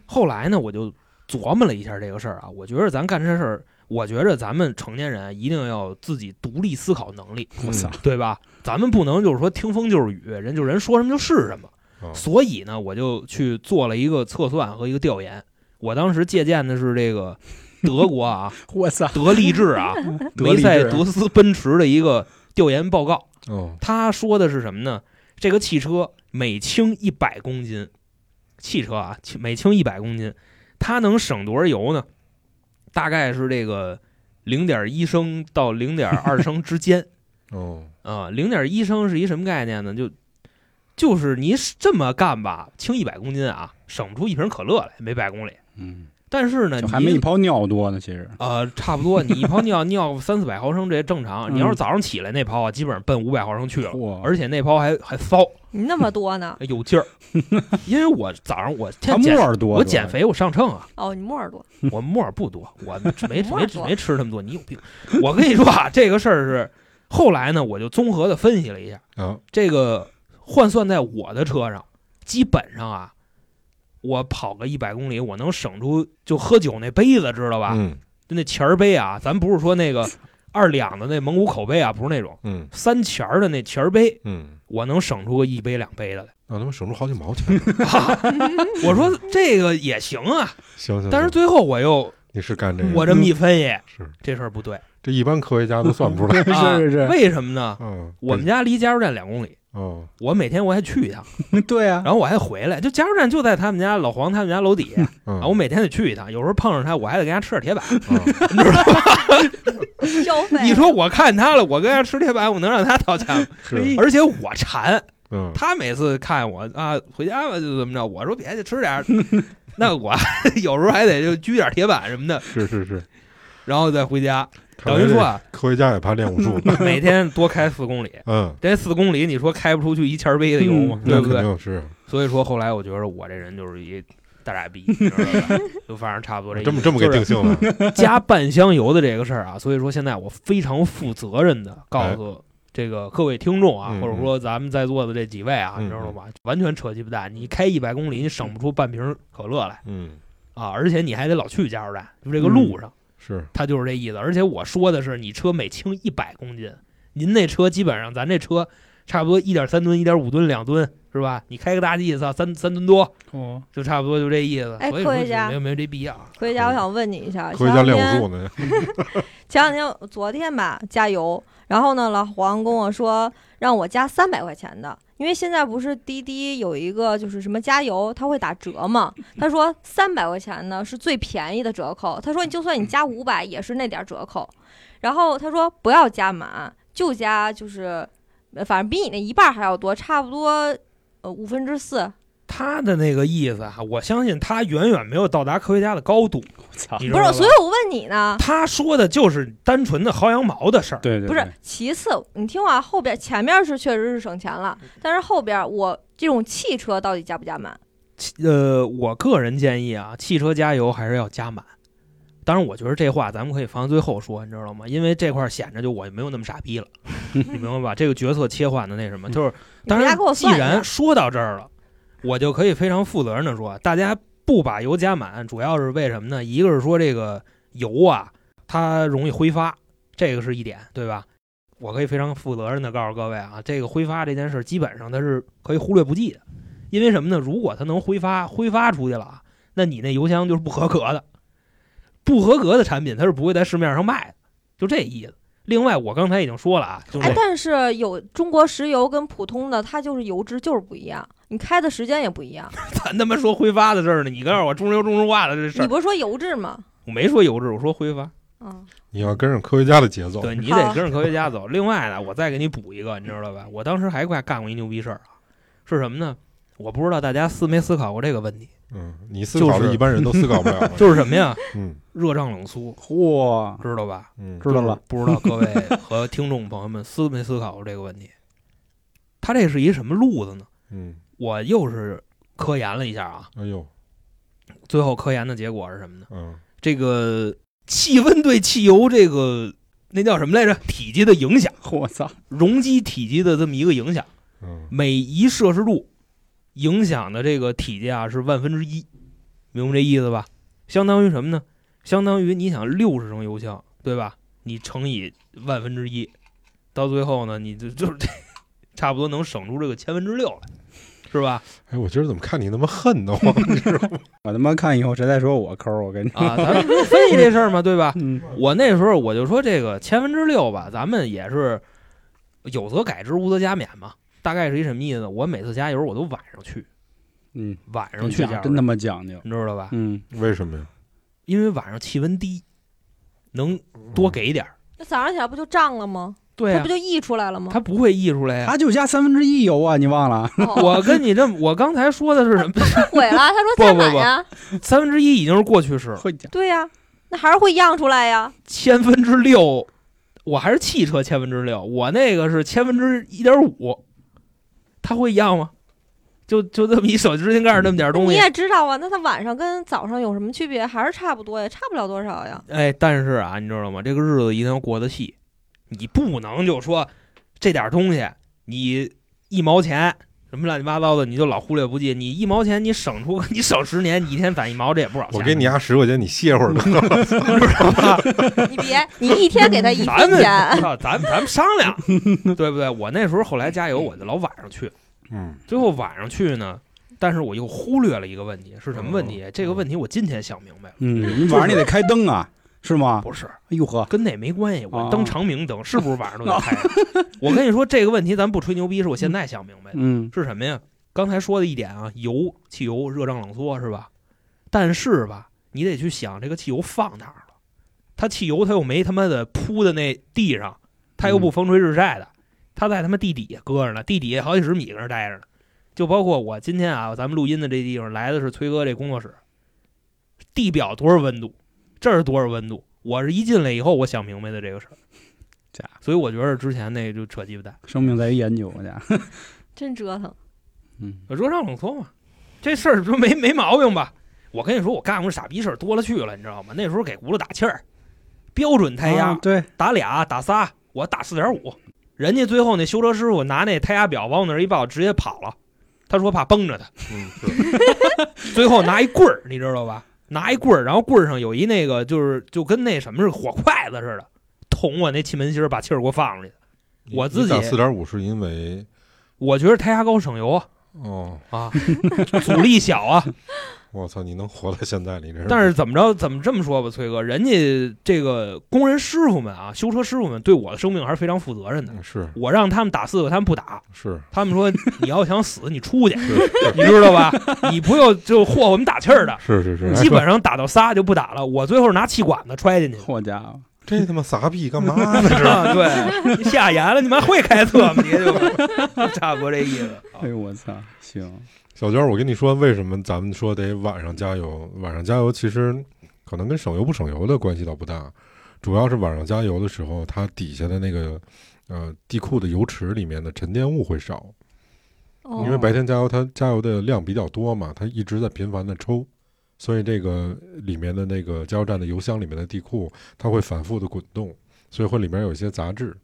后来呢，我就琢磨了一下这个事儿啊，我觉得咱干这事儿，我觉着咱们成年人啊一定要有自己独立思考能 力，
我操，
对吧？咱们不能就是说听风就是雨，人就人说什么就是什么。
哦
所以呢，我就去做了一个测算和一个调研。我当时借鉴的是这个德国 啊，
我操，
德立志啊，
得
梅
力
赛
志
德斯奔驰的一个调研报告，
哦，
他说的是什么呢？这个汽车每轻一百公斤，汽车啊，轻每轻一百公斤，它能省多少油呢？大概是这个零点一升到零点二升之间
哦，
啊。零点一升是一什么概念呢？就就是你这么干吧，轻一百公斤啊，省不出一瓶可乐来，每百公里。
嗯，
但是呢，
就还没一
你
泡尿多呢，其实，
呃，差不多，你一泡尿尿三四百毫升，这也正常。你要是
嗯
早上起来那泡啊，基本上奔五百毫升去了，
嚯，
而且那泡还还骚，
你那么多呢？
有劲儿。因为我早上我
他
天
沫
减，
儿多，。
我减肥我上秤啊，
哦，你沫儿多，
我沫儿不多，我没
沫
没
儿多
没吃那么多，你有病。我跟你说啊，这个事儿是后来呢，我就综合的分析了一下，
啊，
这个换算在我的车上，基本上啊，我跑个一百公里，我能省出就喝酒那杯子，知道吧？
嗯
就那钱儿杯啊，咱不是说那个二两的那蒙古口杯啊，不是那种
嗯
三钱儿的那钱儿杯，
嗯，
我能省出个一杯两杯的来。
啊那他妈省出好几毛钱了。
啊 我说这个也行啊，
行行，
但是
行
最后我又
你是干这个，
我这么一分析，
是
这事儿不对，
这一般科学家都算不 出来
是
啊
是是
为什么呢？
嗯，
我们家离加油站两公里，
哦，
我每天我还去一趟，
对啊，
然后我还回来，就加油站就在他们家老黄他们家楼底下，
嗯
啊，我每天得去一趟，有时候碰上他，我还得跟他吃点铁板。
啊
消费。
你说我看他了，我跟他吃铁板，我能让他掏钱吗？
是
而且我馋，
嗯，
他每次看我啊，回家吧就怎么着，我说别去吃点儿，那我有时候还 得就撅点铁板什么的，
是 是是，
然后再回家。
看来
等于 说
这
啊，
科学家也怕 练武术的，
每天多开四公里，
嗯，
这四公里你说开不出去一钱儿杯的油吗？
嗯
对
那
不
肯
对？
定是
所以说后来我觉得我这人就是一大傻逼，你知道吧就反正差不多这意思
啊这么这么给定性了，
就是加半箱油的这个事儿啊，所以说现在我非常负责任的告诉这个各位听众啊，
哎嗯
或者说咱们在座的这几位啊，
嗯
你知道吧？完全扯鸡巴蛋，你开一百公里你省不出半瓶可乐来
嗯，
啊，而且你还得老去加油站，就这个路上，
是
他就是这意思。而且我说的是，你车每轻一百公斤，您那车基本上咱这车差不多一点三吨、一点五吨、两吨是吧？你开个大 G 操三三吨多，
哦，
就差不多就这意思。
哎
所以说
科学
就
家
没有没有这必要。
科学家，我想问你一下，
科
前
学家
两
练武
天
术呢，
前两天昨天吧加油，然后呢老黄跟我说让我加三百块钱的，因为现在不是滴滴有一个就是什么加油，它会打 折嘛。他说三百块钱呢是最便宜的折扣，他说你就算你加五百也是那点儿折扣。然后他说不要加满，就加就是呃反正比你那一半还要多，差不多呃五分之四。
他的那个意思啊，我相信他远远没有到达科学家的高度。啊
我操，
你知
不
道吧
是，所以我问你呢，
他说的就是单纯的薅羊毛的事儿。
对对，
不
对
是，其次你听我啊，后边前面是确实是省钱了，
嗯
但是后边我这种汽车到底加不加满？
汽呃，我个人建议啊，汽车加油还是要加满。当然，我觉得这话咱们可以放到最后说，你知道吗？因为这块儿显着就我没有那么傻逼了，你明白吧？这个角色切换的那什么，就是
你
当
回家
然
给我，
既
算一
然
下。哎
说到这儿了，我就可以非常负责任的说，大家不把油加满，主要是为什么呢？一个是说这个油啊，它容易挥发，这个是一点，对吧？我可以非常负责任的告诉各位啊，这个挥发这件事儿基本上它是可以忽略不计的，因为什么呢？如果它能挥发，挥发出去了啊，那你那油箱就是不合格的，不合格的产品它是不会在市面上卖的，就这意思。另外，我刚才已经说了啊，就是
哎，但是有中国石油跟普通的，它就是油脂就是不一样，你开的时间也不一样。
咱他妈说挥发的事儿呢，你告诉我中石油、中石化的这事儿
你，不是说油脂吗？
我没说油脂，我说挥发。
嗯，
你要跟上科学家的节奏，
对你
好
得跟着科学家走。另外呢，我再给你补一个，你知道吧？我当时还快干过一牛逼事儿啊，是什么呢？我不知道大家思没思考过这个问题，
嗯，你思
就
考的
是
一般人都思考不了 了，
就是什么呀？
嗯
热胀冷缩，
嚯，
知道吧？
嗯
知道了，
不知道各位和听众朋友们思没思考过这个问题？他这是一什么路子呢？
嗯，
我又是科研了一下啊，
哎呦，
最后科研的结果是什么呢？
嗯，
这个气温对汽油这个那叫什么来着？体积的影响，
我操，
容积体积的这么一个影响。
嗯，
每一摄氏度影响的这个体积啊是万分之一，明白这意思吧？相当于什么呢？相当于你想六十升油箱，对吧？你乘以万分之一，到最后呢，你就就是这 差不多能省出这个千分之六来，是吧？
哎，我今儿怎么看你那么恨呢？我你知道吗
我他妈看以后谁再说我抠儿，我跟你，
啊，咱们不是分析这事儿嘛，对吧？
嗯，
我那时候我就说这个千分之六吧，咱们也是有则改之，无则加勉嘛。大概是一什么意思呢？我每次加油我都晚上去，
嗯，
晚上
你
去加油，
真他妈讲究，
你知道吧？
嗯，
为什么呀？
因为晚上气温低，能多给点儿。
那早上起来不就胀了吗？
对
它不就溢出来了吗？
他不会溢出来哎呀、
他就加三分之一油啊，你忘了？
哦
我跟你这么，我刚才说的是什么？
它毁了，他说
不
加
不
满
不
呀，
三分之一已经是过去式了，
会讲，
对呀，那还是会漾出来呀。
千分之六，我还是汽车千分之六，我那个是千分之一点五，它会一样吗？就就这么一手指甲盖儿那么点儿东
你
西，
也知道啊，那它晚上跟早上有什么区别？还是差不多呀，差不了多少呀。
哎，但是啊，你知道吗？这个日子一定要过得细，你不能就说这点东西，你一毛钱什么乱七八糟的，你就老忽略不计。你一毛钱，你省出你省十年，你一天攒一毛，这也不少钱。啊
我给你压十块钱，你歇会儿得了。
你别，你一天给他一
咱
分
们
钱。
操咱们咱们商量，对不对？我那时候后来加油，我就老晚上去，
嗯，
最后晚上去呢，但是我又忽略了一个问题，是什么问
哦
题？这个问题我今天想明白了，
嗯，你晚上你得开灯啊，是吗？
不是
哎呦呵，
跟那没关系，我
哦
灯长明灯是不是晚上都得开？ 我跟你说这个问题，咱不吹牛逼，是我现在想明白的。
嗯，
是什么呀？刚才说的一点啊，油、汽油热胀冷缩是吧？但是吧，你得去想这个汽油放哪儿了。它汽油它又没他妈的铺的那地上，它又不风吹日晒的，它在他妈地底下搁着呢，地底下好几十米搁那儿待着呢。就包括我今天啊，咱们录音的这地方来的是崔哥这工作室，地表多少温度，这是多少温度。我是一进来以后我想明白的这个事儿
家伙，
所以我觉得之前那就扯鸡巴蛋，
生命在于研究家。
真折腾。
嗯，
热胀冷缩嘛，这事儿就没没毛病吧？我跟你说，我干过傻逼事儿多了去了，你知道吗？那时候给轱辘打气儿，标准胎压、
啊对，，
打俩打仨，我打四点五。人家最后那修车师傅拿那胎压表往我那儿一抱，直接跑了。他说怕崩着他，
嗯，是
最后拿一棍儿，你知道吧？拿一棍儿，然后棍儿上有一那个就是就跟那什么似的火筷子似的，捅我那气门芯儿，把气儿给我放出去。我自己
四点五是因为
我觉得胎压高省油啊，
哦，
啊阻力小啊。
我操，你能活到现在，你这
但是怎么着，怎么这么说吧，崔哥，人家这个工人师傅们啊，修车师傅们对我的生命还是非常负责任的。
嗯是
我让他们打四个，他们不打，
是
他们说你要想死，你出去，
是是
你知道吧？ 你不要就霍我们打气儿的，
是是是，哎
基本上打到仨就不打了。我最后拿气管子揣进去
好家伙，
这他妈撒屁干嘛呢？
是吧？对，你下盐了，你妈会开测吗？你就差不多这意思。啊
哎呦我操，行，
小娟儿，我跟你说，为什么咱们说得晚上加油？晚上加油其实可能跟省油不省油的关系倒不大，主要是晚上加油的时候，它底下的那个呃地库的油池里面的沉淀物会少，
哦
因为白天加油它加油的量比较多嘛，它一直在频繁的抽，所以这个里面的那个加油站的油箱里面的地库，它会反复的滚动，所以会里面有一些杂质。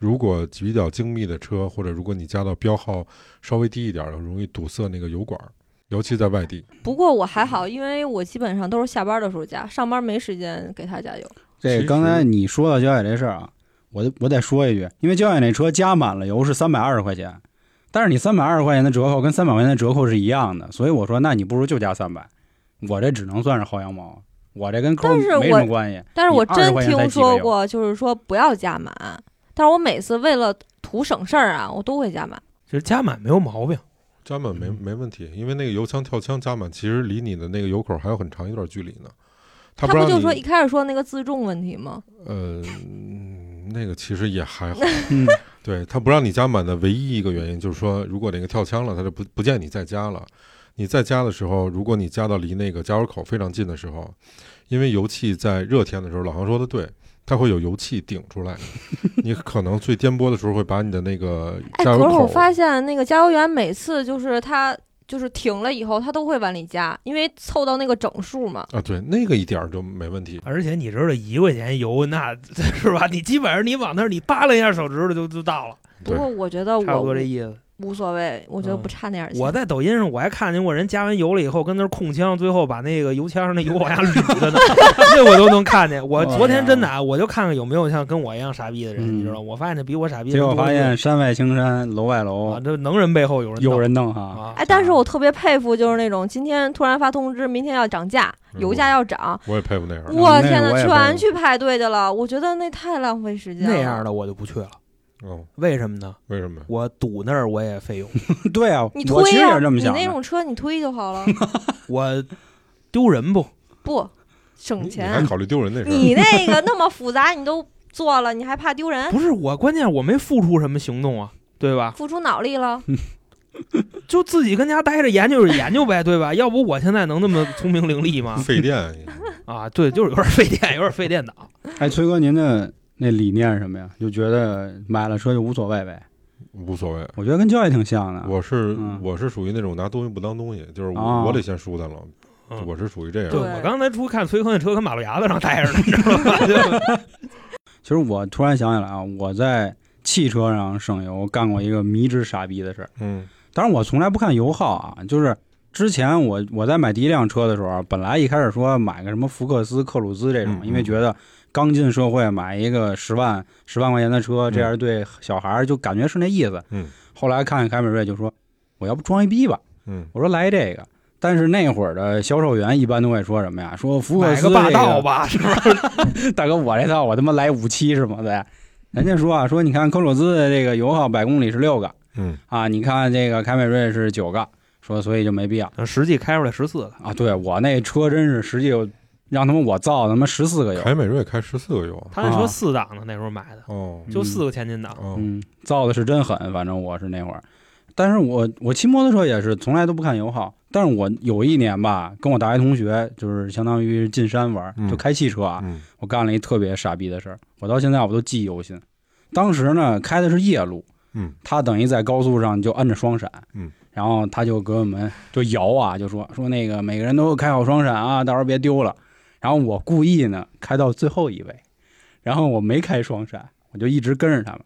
如果比较精密的车，或者如果你加到标号稍微低一点儿的，容易堵塞那个油管儿，尤其在外地。
不过我还好，因为我基本上都是下班的时候加，上班没时间给他加油。
这
其
刚才
实
你说到焦野这事儿啊，我得我得说一句，因为焦野那车加满了油是三百二十块钱，但是你三百二十块钱的折扣跟三百块钱的折扣是一样的，所以我说那你不如就加三百，我这只能算是薅羊毛，我这跟抠
但是
没什
我
么关 系。
但是我
你
真
20块钱才
听
几个
说
油
过，就是说不要加满，但是我每次为了图省事儿啊，我都会加满。
其实加满没有毛病，
加满没
嗯
没问题，因为那个油枪跳枪加满，其实离你的那个油口还有很长一段距离呢。它
他
不让
就说一
你
开始说那个自重问题吗？
呃，嗯那个其实也还好。
嗯，
对他不让你加满的唯一一个原因就是说，如果那个跳枪了，他就不不建议你再加了。你再加的时候，如果你加到离那个加油口非常近的时候，因为油气在热天的时候，老航说的对，它会有油气顶出来，你可能最颠簸的时候会把你的那个
哎，
加油
可是
口
我发现那个加油员每次就是他就是停了以后，他都会往里加，因为凑到那个整数嘛。
啊，对，那个一点儿就没问 题。
而且你知道一块钱油那 是吧？你基本上你往那儿你扒拉一下手指头就就到了，
不过我觉得
差不
呃我
多这意思。嗯
无所谓，我觉得不差那点儿钱。
我在抖音上我还看见过人加完油了以后跟那儿控枪，最后把那个油枪上那油往下捋 的呢，那我都能看见。我昨天真的啊，我就看看有没有像跟我一样傻逼的人，
嗯
你知道吗？我发现这比我傻逼的
结
人
果
多了
发
去了
现山外青山楼外
啊，
楼，
这能人背后有人
有
人
人弄哈，
啊
哎，，但是我特别佩服，就是那种今天突然发通知，明天要涨价，
嗯
油价要涨，
我也佩服那样的。
我
那
天
我
呐，
也
全
佩
去排队去了。我觉得那太浪费时间了。
那样的我就不去了。
哦，
为什么呢？
为什么呀？
我堵那儿我也费 油，
对啊，
你
我其
推
实也
呀、
是这么
你
想
那
的。
种车你推就 好了，
我丢人不？
不省
你你还
钱。啊
考虑丢人那事儿？
你那个那么复杂，你都做了，你还怕丢人？
不是我，关键我没付出什么行动啊，对吧？
付出脑力了，
嗯就自己跟家待着研究着研究呗，对吧？要不我现在能那么聪明伶俐吗？
费电，
啊，对，就是有点费电，有点费电脑。
哎，崔哥，您的那理念是什么呀？就觉得买了车就无所谓呗？
无所谓。
我觉得跟教育挺像的。
我是
嗯
我是属于那种拿东西不当东西，就是
啊
我我得先舒坦了，
嗯
我是属于这样
对
的。
对
我刚才出去看崔坑那车跟马路牙子上待 着呢，你知道吧？就
其实我突然想起来啊，我在汽车上省油干过一个迷之傻逼的事儿。
嗯
当然，我从来不看油耗啊，就是之前我我在买第一辆车的时候，啊本来一开始说买个什么福克斯、克鲁兹这种
嗯，嗯
因为觉得刚进社会买一个十万十万块钱的车，
嗯
这样对小孩儿就感觉是那意思。
嗯。
后来看见凯美瑞就说，我要不装一逼吧，
嗯，
我说来一这个。但是那会儿的销售员一般都会说什么呀？说福克
买
斯、这
个霸道啊吧，是吧？
大哥，我这套我他妈来五七是吗？对，人家说啊，说你看科鲁兹的这个油耗百公里是六个，
嗯
啊，你看这个凯美瑞是九个，说所以就没必要
实际开出来十四个，
啊。对我那车真是实际让他们我造他妈十四个油，
凯美瑞开十四个油，
他那车
啊
四档的，那时候买的，
哦
嗯
就四个前进档。
哦，
嗯，造的是真狠，反正我是那会儿。但是我我骑摩托车也是从来都不看油耗，但是我有一年吧，跟我大学同学就是相当于进山玩，
嗯
就开汽车啊，
嗯
我干了一特别傻逼的事儿，我到现在我都记忆犹新。当时呢，开的是夜路，
嗯，
他等于在高速上就摁着双闪，
嗯，
然后他就给我们就摇啊，就说说那个每个人都开好双闪啊，到时候别丢了。然后我故意呢开到最后一位，然后我没开双闪，我就一直跟着他们。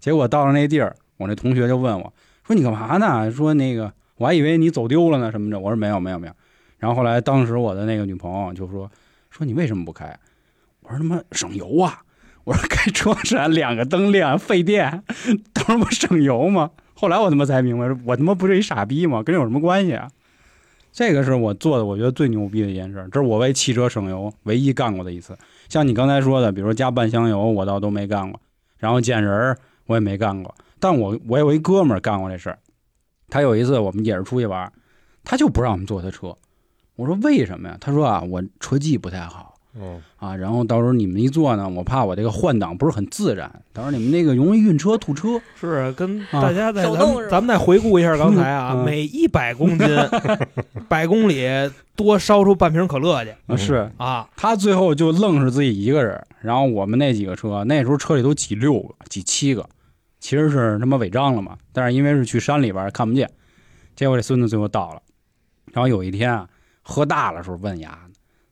结果到了那地儿，我那同学就问我说：“你干嘛呢？”说那个我还以为你走丢了呢什么的。我说没有没有没有。然后后来当时我的那个女朋友就说：“说你为什么不开？”啊我说他妈省油啊！我说开窗闪两个灯亮费电，当时不省油吗？后来我他妈才明白，我他妈不是一傻逼吗？跟这有什么关系啊？这个是我做的，我觉得最牛逼的一件事儿，这是我为汽车省油唯一干过的一次。像你刚才说的，比如加半箱油，我倒都没干过，然后捡人儿我也没干过。但我我有一哥们儿干过这事儿，他有一次我们也是出去玩儿，他就不让我们坐他车。我说为什么呀？他说啊，我车技不太好，
嗯
哦，
啊，然后到时候你们一坐呢，我怕我这个换挡不是很自然，到时候你们那个容易晕车吐车。
是跟
啊
大家再
手
咱
动是吧
们咱们再回顾一下刚才啊，
嗯
每一百 公斤，百公里多烧出半瓶可乐去
啊，是
啊！
他最后就愣是自己一个人，然后我们那几个车那时候车里都挤六个、挤七个，其实是他妈违章了嘛，但是因为是去山里边儿看不见，结果这孙子最后到了，然后有一天啊喝大了时候问丫。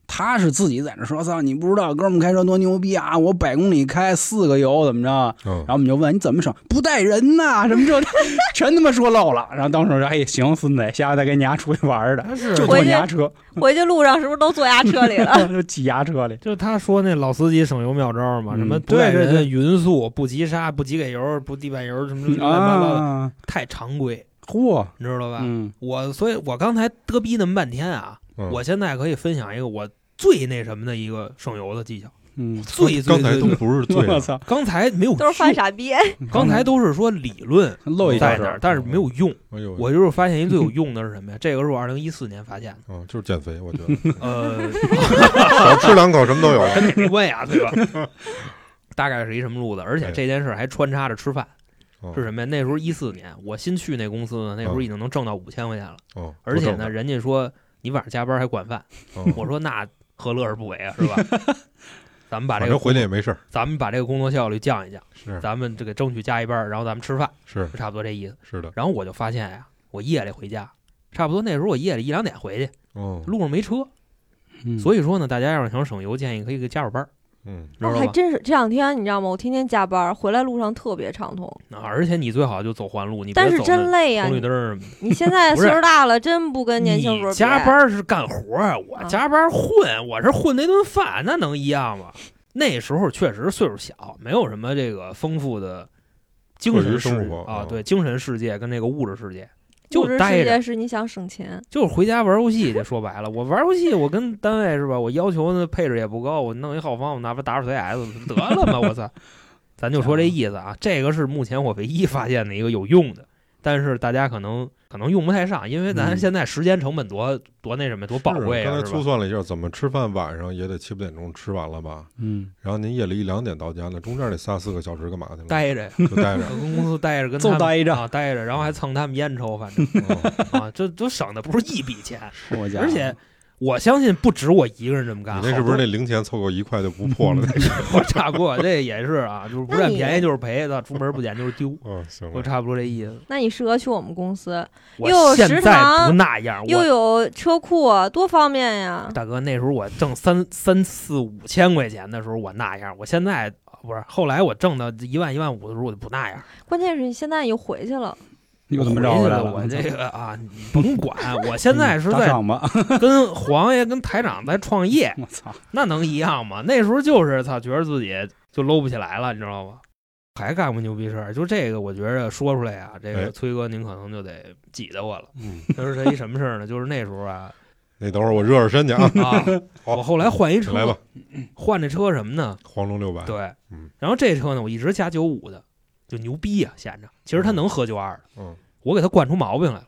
他是自己在那说：“操，你不知道哥们开车多牛逼啊！我百公里开四个油，怎么着？”
嗯
然后我们就问你怎么省，不带人呐，什么这 全他妈说漏了。然后当时我说，哎，行，孙子，下回再跟你丫出去玩儿的，
但是
就
我
坐
也
你丫车，
回去路上是不是都坐压车里
啊
了？
就挤丫车里。
就是他说那老司机省油妙招嘛，
嗯
什么不带
对对对
人匀速、不急刹、不急给油、不地板油，什么乱七八糟的，
啊，
太常规，
嚯，
你知道吧？
嗯
我所以，我刚才嘚逼那么半天啊，
嗯
我现在可以分享一个我最那什么的一个省油的技巧，
嗯，
最最
刚才
最
都不是最
我操，嗯
刚才没有
都是犯
用
傻逼，
啊刚才都是说理论
漏一
在
条
那儿，
手，
但是没有用。
哎呦，
我就是发现一最有用的是什么呀？这个是我二零一四年发现
啊，就是减肥，我觉 得
的，呃，
少吃两口什么都有。
跟你没关系啊，对吧？大概是一什么路子，而且这件事儿还穿插着吃饭，
哎哦
是什么呀？那时候一四年，我新去那公司呢，那时候已经能挣到五千块钱了，
哦，
而且
不哦
呢，
正
人家说你晚上加班还管饭，
常，
我
我
说那何乐而不为啊，是吧？咱们把这
反
个
正回来也没事儿，
咱们把这个工作效率降一降，
是
咱们这个争取加一班儿，然后咱们吃饭，
是
就差不多这意思。
是的，
然后我就发现呀、我夜里回家，差不多那时候我夜里一两点回去，
哦，
路上没车，
嗯
所以说呢，大家要是想省油，建议可以给加会班儿，
嗯，
知
哦
道
还
吧？
真是这两天你知道吗？我天天加班，回来路上特别畅通，
啊而且你最好就走环路，你别
但是
走
真
那
累呀、
红绿
你
灯儿什么的。
你现 在
不是
岁数大了，真不跟年轻时候
你
比
加班儿是干活儿，我
啊
加班儿混，我是混那顿饭，那能一样吗？那时候确实岁数小，没有什么这个丰富的精
课余
神世
生活
啊
啊，
对精神世界跟这个物质世界，
物
就
质
待
世
着
界是你想省钱，
就是回家玩游戏去。说白了，我玩游戏，我跟单位是吧？我要求那配置也不高，我弄一浩方，我拿把 WCS 得了嘛，我操！ 咱就说这意思啊，这个是目前我唯一发现的一个有用的，但是大家可能可能用不太上，因为咱
嗯
现在时间成本多多那什么，多宝贵
是
啊，
刚才
是
粗
吧？
算了一下，怎么吃饭晚上也得七八点钟吃完了吧？
嗯，
然后您夜里一两点到家呢，中间得仨四个小时干嘛去了？
待着呀，
就待 着。
跟公司待着，跟他们
就待着
啊，待着，然后还蹭他们烟抽，反 正
哦
啊，这都省的不是一笔钱，
我家
而且。我相信不止我一个人这么干，
啊你那是不是
好多
那零钱凑够一块就不 破了？，
我差不多，这也是啊，就是不占
那你
便宜就是赔，操，出门不捡就是丢
哦，行
我
了，
差不多这意思。
那你适合去我们公司，
我
又有
现
食
在
堂
不那样，
又
啊我
有车库，啊多方便呀！
大哥那时候我挣三三四五千块钱的时候我那样，我现在不是后来我挣到一万一万五的时候我就不那样，
关键是你现在又回去了，
又怎么
我
着
回去
来嗯
了？我这 个啊，你甭管，我现在是
打
在
赏吧，
跟黄爷跟台长在创业，
我操，
那能一样吗？那时候就是操，觉得自己就搂不起来了，你知道吗？还干过牛逼事儿，就这个，我觉着说出来呀、这
哎
个崔哥您可能就得挤得我了。
嗯，
就是这一什么事儿呢？就是那时候 啊
那等会儿我热热身 去啊。
啊，我后来换一
你来吧
车，，换这车什么呢？
黄龙六百，
对
嗯，
然后这车呢，我一直加九五的，就牛逼呀、显着。其实它能喝九二的，
嗯
我给它惯出毛病来了。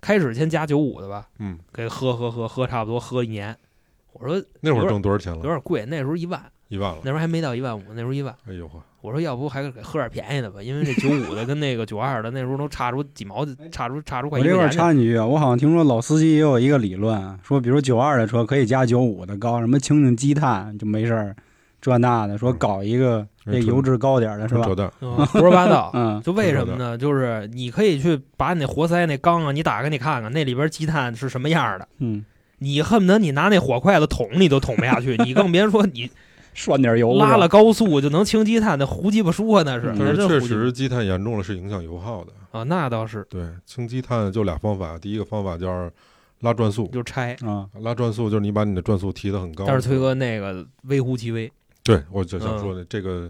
开始先加九五的吧，
嗯，
给喝喝喝喝差不多喝一年，我说
那会儿挣多少钱
有
了？
点贵，那时候一万，
一万了
那。时候还没到一万五，那时候一万。
哎呦呵，
我说要不还给喝点便宜的吧，因为这九五的跟那个九二的那时候能差出几毛，差出差出快
我
一
这块
块
儿
钱去。
插你一句，我好像听说老司机也有一个理论，说比如九二的车可以加九五的高，什么清清积碳就没事儿，这那的说搞一个这油脂高点儿的是吧，
扯？淡，
嗯胡说八道
嗯，
就为什么呢？就是你可以去把你那活塞那缸啊，你打开你看看那里边积碳是什么样的，
嗯，
你恨不得你拿那火筷子捅你都捅不下去，你更别说你
涮点油
拉
是吧
了高速就能清积碳，那胡鸡巴说那是，
嗯
但
那真
是确
胡鸡巴
实积碳严重了是影响油耗的。
啊，那倒是
对，清积碳就俩方法，第一个方法叫拉转速，
就拆。
啊，
拉转速就是你把你的转速提得很高。
但是崔哥那个微乎其微，
对，我就想说的、这个，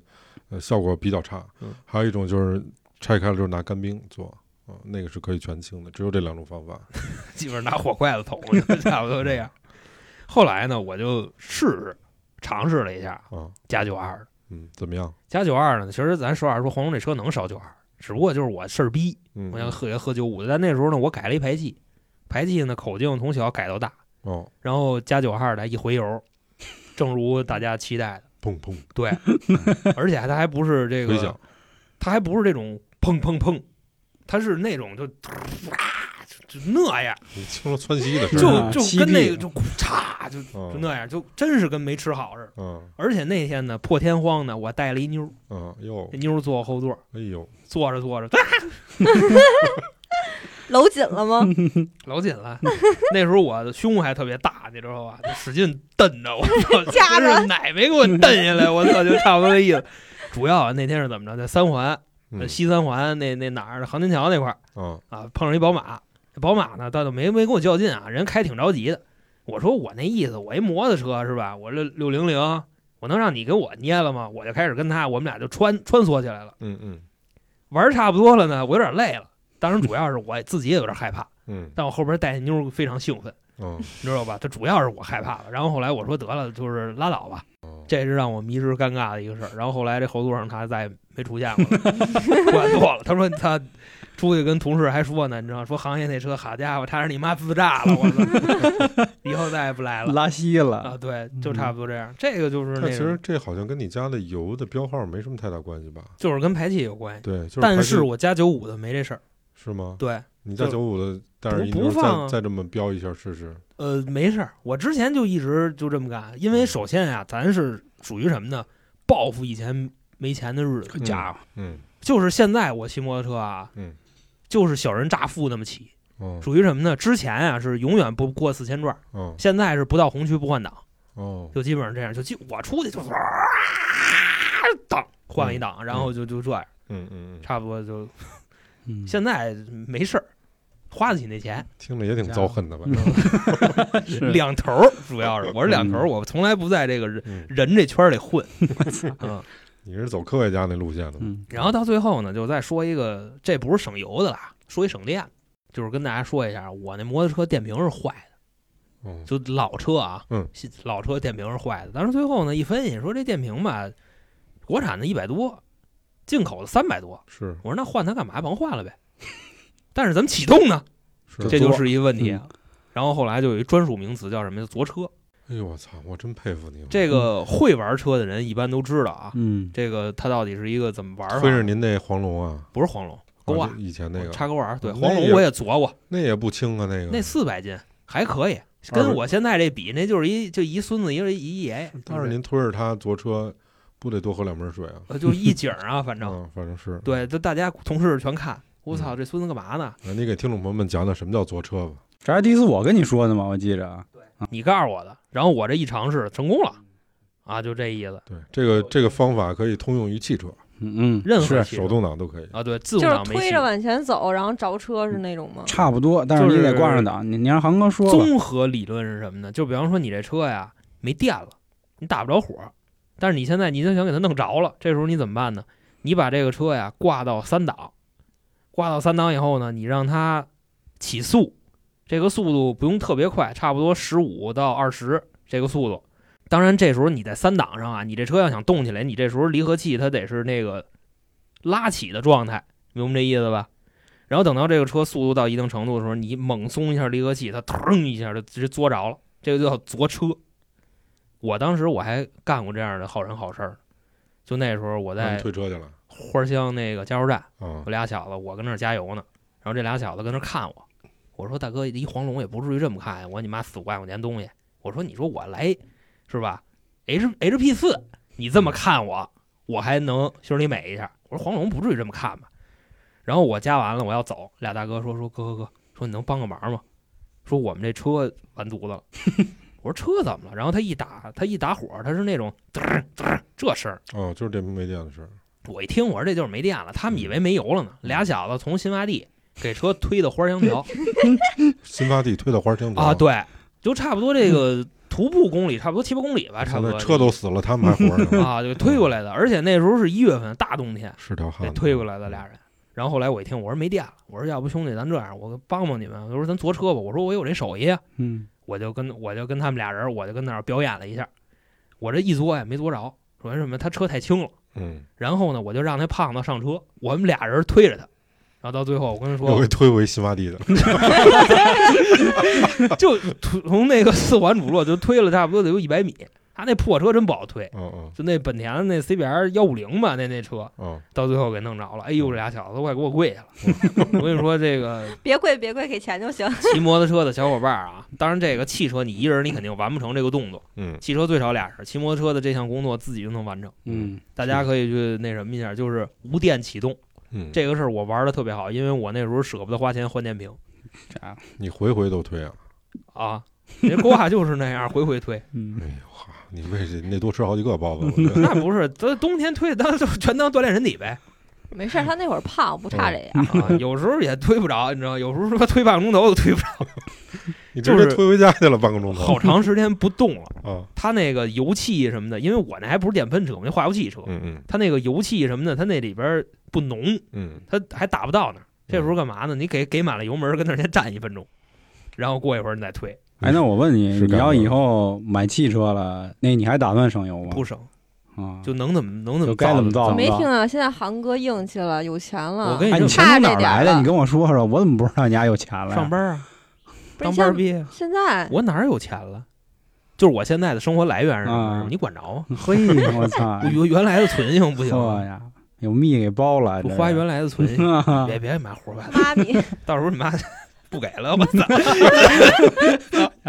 呃，效果比较差。
嗯
还有一种就是拆开了之后拿干冰做，啊、那个是可以全清的，只有这两种方法。
基本上拿火筷子捅，就 差不多这样。后来呢，我就试试尝试了一下
啊，
加九二的，
嗯，怎么样？
加九二呢，其实咱实话说，黄龙这车能烧九二，只不过就是我事儿逼，
嗯，
我想喝也喝九五的，但那时候呢，我改了一排气，排气呢口径从小改到大，
哦，
然后加九号的一回油，正如大家期待的，
砰砰
对，而且它还不是这
回响
个，，它还不是这种砰砰砰，它是那种就。就那样，
你听说川西的事
就
嗯
儿
就
犀
跟那
利
个就 嚓，就就
嗯
那样，就真是跟没吃好似的。
嗯
而且那天呢，破天荒呢，我带了一妞儿，
嗯，哟
这，妞儿坐我后座，
哎呦，
坐着坐着，哎
搂紧了吗？
老紧了， 那时候我胸还特别大，你知道吧？就使劲蹬着我，操，
夹着
真是奶没给我蹬下来，我操，就差不多这意思。主要啊那天是怎么着，在三环、
嗯
西三环那那哪儿，航天桥那块儿
啊，
啊，碰上一宝马，宝马呢倒没没跟我较劲啊，人开挺着急的。我说我那意思，我一摩托车是吧？我这六零零，我能让你给我捏了吗？我就开始跟他，我们俩就穿穿梭起来了，
嗯嗯
玩儿差不多了呢，我有点累了。当然，主要是我自己也有点害怕，
嗯
但我后边带那妞儿非常兴奋。
嗯
你知道吧？这主要是我害怕了。然后后来我说得了，就是拉倒吧，
哦，
这是让我迷之尴尬的一个事儿。然后后来这后座上他再也没出现过，管错了。他说他出去跟同事还说呢，你知道，说行业那车，好家伙，差点你妈自炸了，我操！ 以后再也不来了
拉稀了嗯
啊。，对，就差不多这样。这个就是
但
那
嗯其实
个，
这好像跟你家的油的标号没什么太大关系吧？
就是跟排气有关系。
对，就是
但
排
是
气
我加九五的没这事儿，
是吗？
对，
你家
就
九五的，但是
不
一
不
会儿
放啊
再再这么标一下试试。
呃，没事儿。我之前就一直就这么干，因为首先啊，咱是属于什么呢？报复以前没钱的日子，
嗯
家伙，
嗯
就是现在我骑摩托车啊，
嗯，
就是小人乍富那么骑，
哦
属于什么呢？之前啊是永远不过四千转，
哦
现在是不到红区不换挡，
哦，
就基本上这样。就基我出去就是哇，当换一档，然后就就这样，
嗯嗯嗯，
差不多就
嗯
现在没事儿，花得起那钱，
听着也挺遭恨的吧？
嗯
是
两头儿主要是我是两头儿，我从来不在这个人
嗯，
人这圈儿里 混，嗯。
你是走科学家那路线的吗？
嗯，
然后到最后呢，就再说一个，这不是省油的啦，说一省电的，就是跟大家说一下，我那摩托车电瓶是坏的，
哦，
就老车啊，
嗯，
老车电瓶是坏的。但是最后呢，一分析说这电瓶吧，国产的一百多，进口的三百多，
是
我说那换它干嘛？甭换了呗。但是怎么启动呢？
是，
这
多
就是一问题啊。
嗯
然后后来就有一专属名词叫什么？叫坐车。
哎呦我操，我真佩服你。
这个会玩车的人一般都知道啊，
嗯，
这个它到底是一个怎么玩法？
推着您那黄龙啊，
不是黄龙，勾
啊
啊
这，以前那
我
个
插钩玩儿。对，
那
黄龙
也
我也琢磨，
那也不轻啊，那个
那四百斤还可以，
二十
跟我现在这比，那就是一就一孙子，一个一爷爷，
但是您推着它坐车，不得多喝两瓶水啊？
呃就一景儿 啊，反正
嗯，反正是。
对，就大家同事全看。我操，
嗯
这孙子干嘛呢？
那你给听众朋友们讲讲什么叫坐车吧。
这还第一次我跟你说的嘛，我记着，啊
你告诉我的，然后我这一尝试成功了，啊，就这意思。
对，这个这个方法可以通用于汽车，
嗯嗯，
任何
是
汽车
手动挡都可以。
啊，对，自
就
动
是
挡没
推
戏嗯
着往前走，然后着车是那种吗？
差不多，但是
就是
你得挂上档，你你让航哥说吧，
综合理论是什么呢？就比方说你这车呀没电了，你打不着火，但是你现在你就想给它弄着了，这时候你怎么办呢？你把这个车呀挂到三档，挂到三档以后呢，你让它起速，这个速度不用特别快，差不多十五到二十这个速度。当然，这时候你在三档上啊，你这车要想动起来，你这时候离合器它得是那个拉起的状态，明白这意思吧？然后等到这个车速度到一定程度的时候，你猛松一下离合器，它腾一下就直接坐着了，这个就叫坐车。我当时我还干过这样的好人好事儿，就那时候我
让你
在
退车去了
花乡那个加油站，
啊
我俩小子我跟那儿加油呢，然后这俩小子跟那儿看我，我说大哥，一黄龙也不至于这么看呀，我说你妈四五万块钱东西，我说你说我来是吧？H H P 四，你这么看我，我还能心里美一下，我说黄龙不至于这么看吧？然后我加完了我要走，俩大哥说说哥哥哥，说你能帮个忙吗？说我们这车完犊子了。 我说车怎么了？然后他一打他一打火，他是那种 嘚儿嘚儿这声儿，
哦，就是电瓶没电的事儿。
我一听，我说这就是没电了，他们
嗯
以为没油了呢。俩小子从新洼地给车推到花香桥
哎新发地推到花青岛
啊，，对，就差不多这个徒步公里，差不多七八公里吧，啊差
嗯现
不
在
多
车都嗯死了，他们还活 着呢，
啊，就推过来的。而且那时候是一月份，大冬天，
是条汉
给
子。
推过来的俩人。然后后来我一听，我说没电了，我说要不兄弟咱这样，我帮帮你们，我说咱坐车吧，我说我有这手艺啊，
嗯，
我就跟我就跟他们俩人，我就跟那儿表演了一下。我这一坐呀没坐着，说什么他车太轻了。
嗯，
然后呢，我就让那胖子上车，我们俩人推着他。然后到最后，我跟他
又
说
给，推回新发地 的。
就从从那个四环主路就推了差不多得有一百米。他那破车真不好推，
嗯嗯
就那本田的那 CBR 幺五零吧，那那车
嗯，
到最后给弄着了。哎呦，这俩小子都快给我跪下了！我跟你说，这个
别跪别跪，给钱就行。
骑摩托车的小伙伴儿啊，当然这个汽车你一人你肯定完不成这个动作，
嗯，
汽车最少俩人，骑摩托车的这项工作自己就能完成。
嗯，
大家可以去那什么一下，就是无电启动
嗯，
这个事儿，我玩的特别好，因为我那时候舍不得花钱换电瓶。
这，
你回回都推啊？
啊，人挂就是那样，回回推。
嗯
哎，呦哈，你为这你得多吃好几个包子，我觉 得。
那不是，咱冬天推当就全当锻炼身体呗。
没事儿，他那会儿胖，不差这样。
啊，有时候也推不着，你知道，有时候说推半个钟头都推不着，
你直
就
接
是
推回家去了，半个
嗯
钟头
好长时间不动了。
啊。
它那个油气什么的，因为我那还不是电喷车，我那化油器车，
嗯嗯
它那个油气什么的，它那里边不浓，
嗯，
它还打不到那儿。这时候干嘛呢？你给给满了油门，跟那儿先站一分钟，然后过一会儿你再推，
哎，那我问你，
是
你
干
要
活
以后买汽车了，那你还打算省油吗？
不省，
啊，
就能怎么能怎
就
么
该
造
怎么造
造
怎么
没
造
听啊，现在韩哥硬气了，有钱了。
我跟你
哎，你
说，
钱从哪
差这
儿
点儿
来的？
了
你跟我说说，我怎么不知道你家有钱了呀？
上班啊，
不是
当班儿
现
逼啊。
现在
我哪儿有钱了？就是我现在的生活来源是什么？
啊
你管着吗？
嘿，我 操！
我原原来的存性哎不行
嚯
吗，
呀，有蜜给包了，
不
这
花原来 的存性，别别买活吧，
妈咪，
到时候你妈 不给了，我操，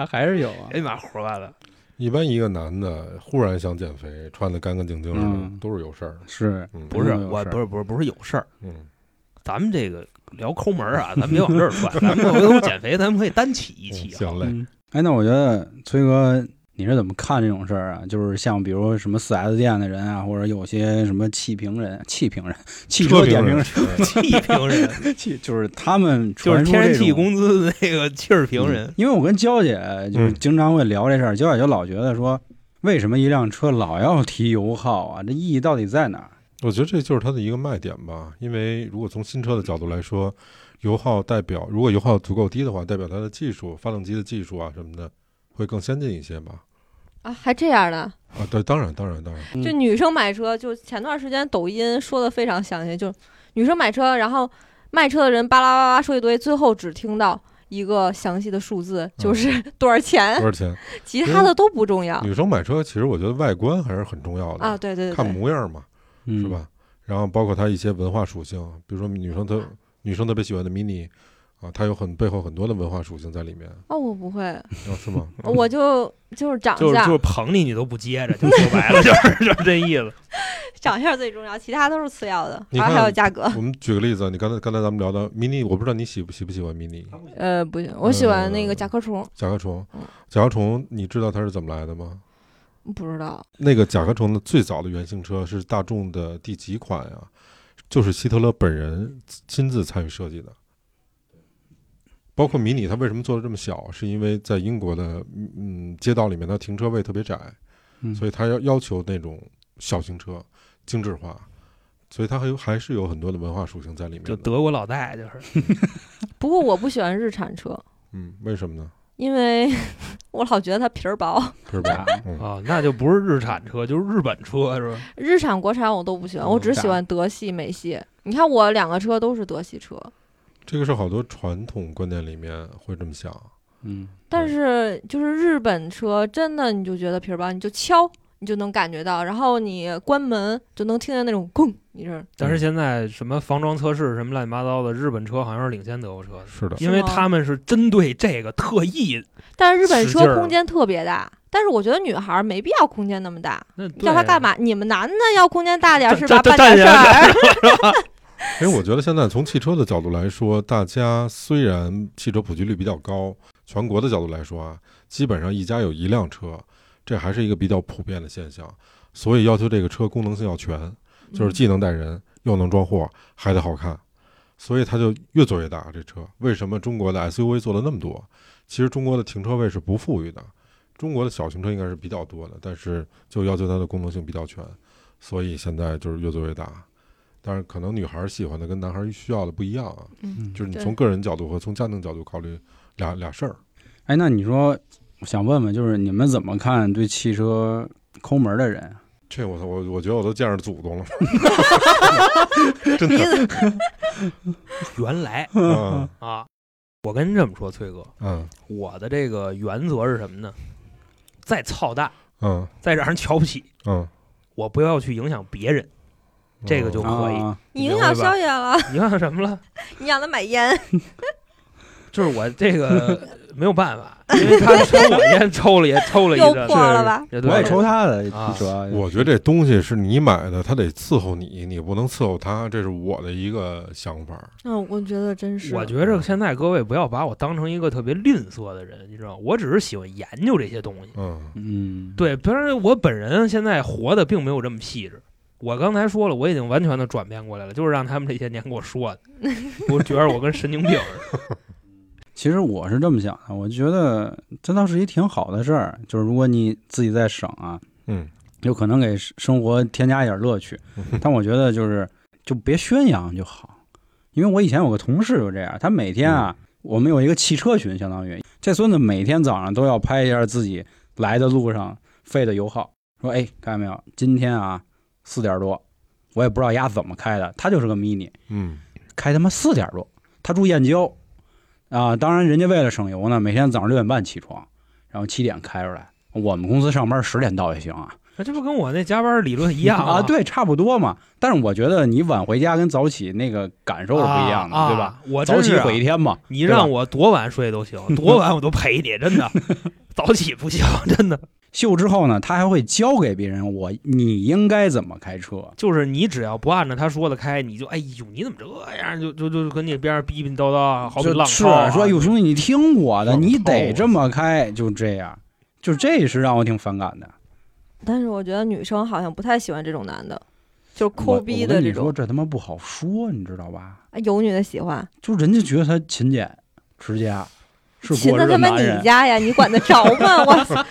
还是有啊。
别买活 吧了。
一般一个男的忽然想减肥，穿的干干净净
嗯
的，都是有事儿。
是，
嗯，
不是，
有事儿
我不是不是不是有事儿，
嗯，
咱们这个聊抠门儿啊，咱别往这 儿窜，咱们回头减肥，咱们可以单起一
嗯
期啊。
行嘞，
嗯，哎，那我觉得崔哥，你是怎么看这种事儿啊？就是像比如什么四 S 店的人啊，或者有些什么汽评人、汽评人、汽车点评
人
人，
气 瓶人
汽就是他们
就是
传说
天然
这种嗯
气公司的那个气儿瓶人，
因为我跟娇姐
嗯
就是经常会聊这事儿，娇姐就老觉得说，为什么一辆车老要提油耗啊？这意义到底在哪儿？
我觉得这就是它的一个卖点吧，因为如果从新车的角度来说，油耗代表如果油耗足够低的话，代表它的技术、发动机的技术啊什么的会更先进一些吧。
啊，还这样呢？
啊，对，当然，当然，当然，
嗯
就女生买车，就前段时间抖音说的非常详细，就女生买车，然后卖车的人巴拉巴拉说一堆，最后只听到一个详细的数字，就是多少钱
多，少 钱？
其他的都不重要
女生买车，其实我觉得外观还是很重要的
啊。对对对
看
对，
模样嘛，
嗯
是？吧？然后包括它一些文化属性，比如说女生特女生特别喜欢的 mini 啊，它有很背后很多的文化属性在里面，
哦，我不会，
啊，是吗？
我就就是长
就是就
相
是，捧你你都不接着，就说白 了就是就是这意思。
长相最重要，其他都是次要的，
你
然后
看
还有价格。
我们举个例子，你刚才刚才咱们聊到 mini，我不知道你喜不喜不喜欢 mini
呃，不行，我喜欢那个
呃
甲壳虫，
甲壳虫
嗯。
甲壳虫，你知道它是怎么来的吗？
不知道
那个甲壳虫的最早的原型车是大众的第几款啊？就是希特勒本人亲自参与设计的。包括迷你，它为什么做的这么小？是因为在英国的嗯街道里面，它停车位特别窄，
嗯
所以它要要求那种小型车精致化，所以它还有还是有很多的文化属性在里面
就
的。
德国老戴就是
不过我不喜欢日产车，
嗯，为什么呢？
因为 我老觉得它皮儿薄。
是 吧？嗯，
啊，那就不是日产车，就是日本车是吧？
日产、国产我都不喜欢，
嗯
我只喜欢德系、美系。你看我两个车都是德系车，
这个是好多传统观念里面会这么想，
嗯，
但是就是日本车，真的你就觉得皮儿薄，你就敲，你就能感觉到，然后你关门就能听见那种“咣”一声。
但是现在什么防撞测试什么乱七八糟的，日本车好像是领先德国车的，
是的，
因为他们是针对这个特意
但是日本
使劲儿
车空间特别大，但是我觉得女孩儿没必要空间那么大，
那
要她干？嘛？你们男的要空间大点儿
站
是吧？
站
办点事
站起来
儿。
因为我觉得现在从汽车的角度来说，大家虽然汽车普及率比较高，全国的角度来说啊，基本上一家有一辆车，这还是一个比较普遍的现象。所以要求这个车功能性要全，
嗯
就是既能带人，又能装货，还得好看，所以它就越做越大。这车为什么中国的 SUV 做了那么多？其实中国的停车位是不富裕的，中国的小型车应该是比较多的，但是就要求它的功能性比较全，所以现在就是越做越大。但是可能女孩儿喜欢的跟男孩儿需要的不一样啊，
嗯，
就是你
对
从个人角度和从家庭角度考虑俩俩事儿。
哎，那你说，我想问问，就是你们怎么看对汽车抠门的人？
这我操，我我觉得我都见着祖宗了，
鼻子
原来
嗯
啊，我跟您这么说，崔哥，
嗯
我的这个原则是什么呢？再操蛋，
嗯
再让人瞧不起，
嗯，
我不要去影响别人。这个就
嗯
可以
啊
你影响宵夜了，
你看什么了？
你让她买烟，
就是我这个没有办法，因为他抽我烟，抽了也抽了一
又
阵
破
子，
了吧？
也对
我也抽他的
啊
主要
我觉得这东西是你买的，他得伺候你，你不能伺候他，这是我的一个想法。
嗯，我觉得真是。
我觉着现在各位不要把我当成一个特别吝啬的人，你知道吗，我只是喜欢研究这些东西。
嗯
嗯，
对，不然我本人现在活的并没有这么细致。我刚才说了，我已经完全的转变过来了，就是让他们这些年给我说的，我觉得我跟神经病似的。
其实我是这么想的，我觉得这倒是一挺好的事儿，就是如果你自己在省啊，
嗯，
有可能给生活添加一点乐趣。但我觉得就是就别宣扬就好，因为我以前有个同事就这样，他每天啊，我们有一个汽车群，相当于这孙子每天早上都要拍一下自己来的路上费的油耗，说哎，看见没有，今天啊四点多，我也不知道丫怎么开的，他就是个 mini，
嗯
开他妈四点多，他住燕郊啊。当然，人家为了省油呢，每天早上六点半起床，然后七点开出来。我们公司上班十点到也行啊，
那这不跟我那加班理论一样吗
啊，对，差不多嘛。但是我觉得你晚回家跟早起那个感受是不一样的，
啊
对
啊
吧？
我
早
真
起
是啊
毁一天嘛，
你让我多晚睡都行，多晚我都陪你，真的。早起不行，真的。
秀之后呢，他还会教给别人我你应该怎么开车。
就是你只要不按照他说的开，你就哎呦，你怎么这样？就就就跟你边上逼逼叨叨啊，好比
就
浪
是
涛啊
说，有兄弟，你听我的，
浪
你
炮
得
啊
这么开，就这样，就这是让我挺反感的。
但是我觉得女生好像不太喜欢这种男的，就是
我
抠
我
逼
跟
的
你
这
说
种。
这他妈不好说，你知道吧？
啊有女的喜欢，
就人家觉得他勤俭持家，是
勤
过
的
日
他
子
妈
男
你
人。
家 呀，你管得着吗？我操！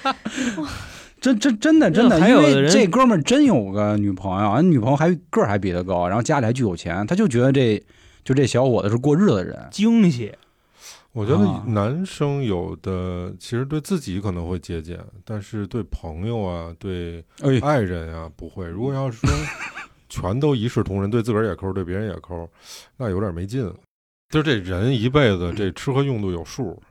真真真的真的，
还
因
有的
为
人
这哥们儿真有个女朋友，啊人女朋友还个儿还比他高，然后家里还巨有钱，他就觉得这就这小伙子是过日子的人。
惊喜。
我觉得
啊
男生有的其实对自己可能会节俭，但是对朋友啊、对
哎，
爱人啊不会。如果 要是说全都一视同仁，对自个儿也抠，对别人也抠，那有点没劲了。就这人一辈子，这吃喝用度有数，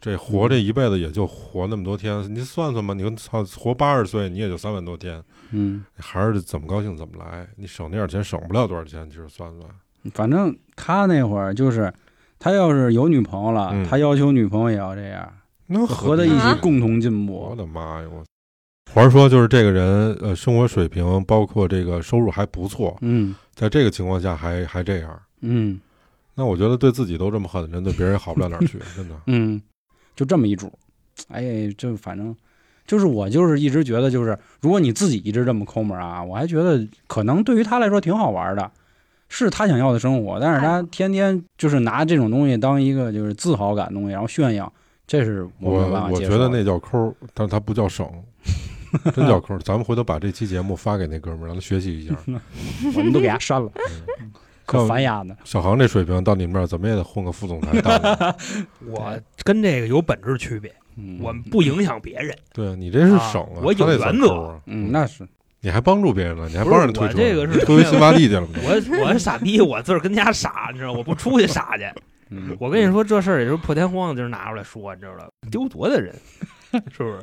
这活
嗯
这一辈子也就活那么多天。你算算吧，你跟操活八十岁，你也就三万多天，
嗯，
还是怎么高兴怎么来。你省那点钱，省不了多少钱，其实算算。
反正他那会儿就是，他要是有女朋友了，
嗯
他要求女朋友也要这样，
那
合在
在
一
啊
起共同进
我
步。
的妈呀！我话说就是这个人，呃，生活水平包括这个收入还不错，
嗯
在这个情况下还还这样，
嗯
那我觉得对自己都这么狠的人，对别人也好不了哪儿 去，真的。
嗯，就这么一主。哎，这反正就是我就是一直觉得，就是如果你自己一直这么抠门啊，我还觉得可能对于他来说挺好玩的，是他想要的生活，但是他天天就是拿这种东西当一个就是自豪感的东西，然后炫耀，这是
我
没有办法
我
接
觉
受的。
得那叫抠儿，但它不叫省，真叫抠儿。咱们回头把这期节目发给那哥们儿，让他学习 一下。
我们都给他删了，
嗯
可
像
烦呀呢。
小航这水平，到你们这儿怎么也得混个副总裁当 吧。
我跟这个有本质区别，
嗯
我们不影响别人。
对你这是省
啊我有
他那算
原则
抠儿啊
嗯，那是
你还帮助别人了，你还
不是
帮人
我
推车呢，
这个是
推新发地去了吗？
我我傻逼，我自个儿跟家傻，你知道，我不出去傻去，
嗯
我跟你说这事儿，也就是破天荒的就是拿出来说，你知道吧？丢多的 人，是不是？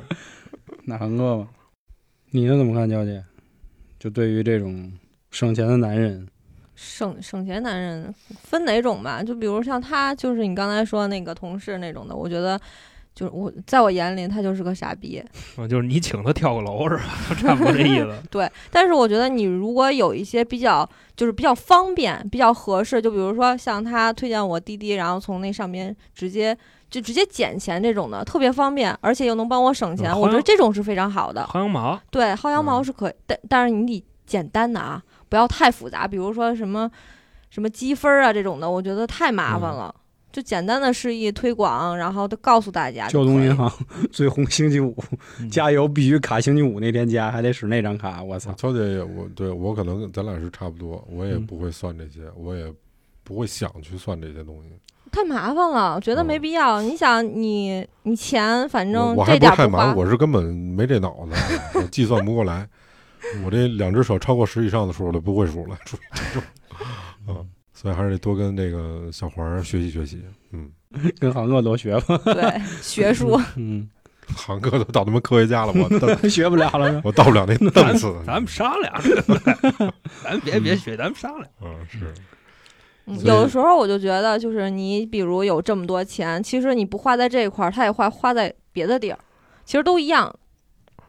那恒哥吧，你呢？怎么看，娇姐？就对于这种省钱的男人，
省省钱男人分哪种吧？就比如像他，就是你刚才说那个同事那种的，我觉得就是我在我眼里他就是个傻逼。
嗯就是你请他跳个楼是吧？差不多这意 思。
对，但是我觉得你如果有一些比较就是比较方便、比较合适，就比如说像他推荐我滴滴，然后从那上边直接就直接减钱这种的，特别方便，而且又能帮我省钱，
嗯
我觉
好
得
像
这种是非常好的。
薅羊 毛，
对，薅羊毛
嗯
是可以，但但是你得简单的啊，不要太复杂，比如说什么什么积分儿啊这种的，我觉得太麻烦
嗯
了。就简单的示意推广，然后都告诉大家
交
就可以。
通银行最红星期五，
嗯
加油必须卡星期五那天加，还得使那张卡。我操！
乔啊姐也，我对我可能咱俩是差不多，我也
嗯
不会算这些，我也不会想去算这些东西。
太麻烦了，我觉得没
嗯
必要。你想你，你钱反
我
正
我还
这
不
点
是
儿
太
不花
忙，，我是根本没这脑子，我计算不过 来。我这两只手超过十以上的数我都不会数了，属于 这种。嗯，所以还是得多跟这个小黄儿学习学习。嗯，
跟航哥多学吧，
对学术，
嗯，
航哥都到他妈科学家了，我到
学不了 了。
我到不了那档次。
咱们商量，咱别别学，咱们商量。
嗯是，
嗯
所以
有的时候我就觉得，就是你比如有这么多钱，其实你不花在这一块儿，它也花花在别的地儿，其实都一样。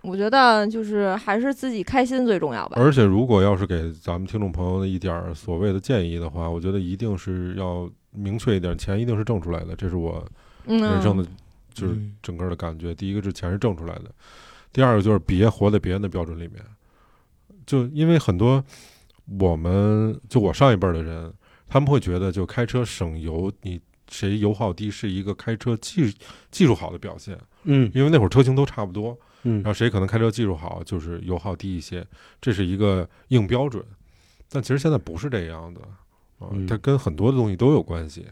我觉得就是还是自己开心最重要吧。
而且如果要是给咱们听众朋友的一点儿所谓的建议的话，我觉得一定是要明确一点，钱一定是挣出来的，这是我
嗯，
人生的就是
嗯
整个的感觉。第一个是钱是挣出来的，第二个就是别活在别人的标准里面。就因为很多我们就我上一辈儿的人，他们会觉得就开车省油，你谁油耗低是一个开车技技术好的表现，
嗯
因为那会儿车型都差不多，
嗯
然后谁可能开车技术好，就是油耗低一些，这是一个硬标准。但其实现在不是这样的啊
嗯，，
它跟很多的东西都有关系，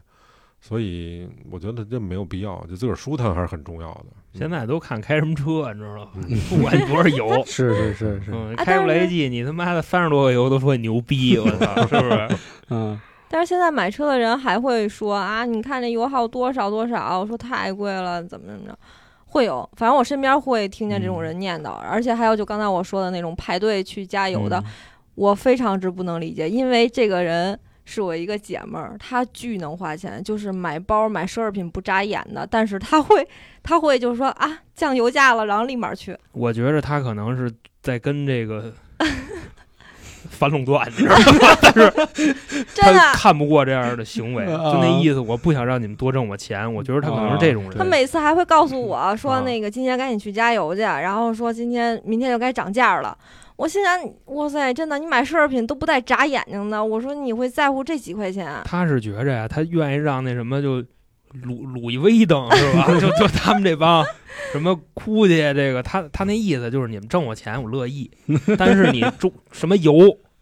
所以我觉得这没有必要，就自个儿舒坦还是很重要的。嗯
现在都看开什么车，你知道吧
嗯？
不管多少 油
是是是是，
嗯，
啊
开
但
布雷
是
季，你他妈的三十多个油都说你牛逼，我操，是 不是？
嗯，
但是现在买车的人还会说啊，你看这油耗多少多少，说太贵了，怎么怎么着，会有。反正我身边会听见这种人念叨，而且还有就刚才我说的那种排队去加油
嗯
的，哎我非常之不能理解，因为这个人。是我一个姐们儿，她巨能花钱，就是买包买奢侈品不眨眼的，但是她会，她会就是说啊降油价了，然后立马去，
我觉着他可能是在跟这 个反垄断，你知道吗？但是
真的，
他看不过这样的行 为，
啊
就那意思，我不想让你们多挣我钱。我觉得他可能是这种
啊
人
他
对。
每次还会告诉我
啊
说，那个今天赶紧去加油去，然后说今天明天就该涨价了。我心想，哇塞，真的，你买奢侈品都不带眨眼睛的。我说你会在乎这几块钱啊？
他是觉着呀，他愿意让那什么就鲁鲁一威登是 吧？就就他们这帮什么哭去这个，他他那意思就是你们挣我钱我乐意，但是你中 什么油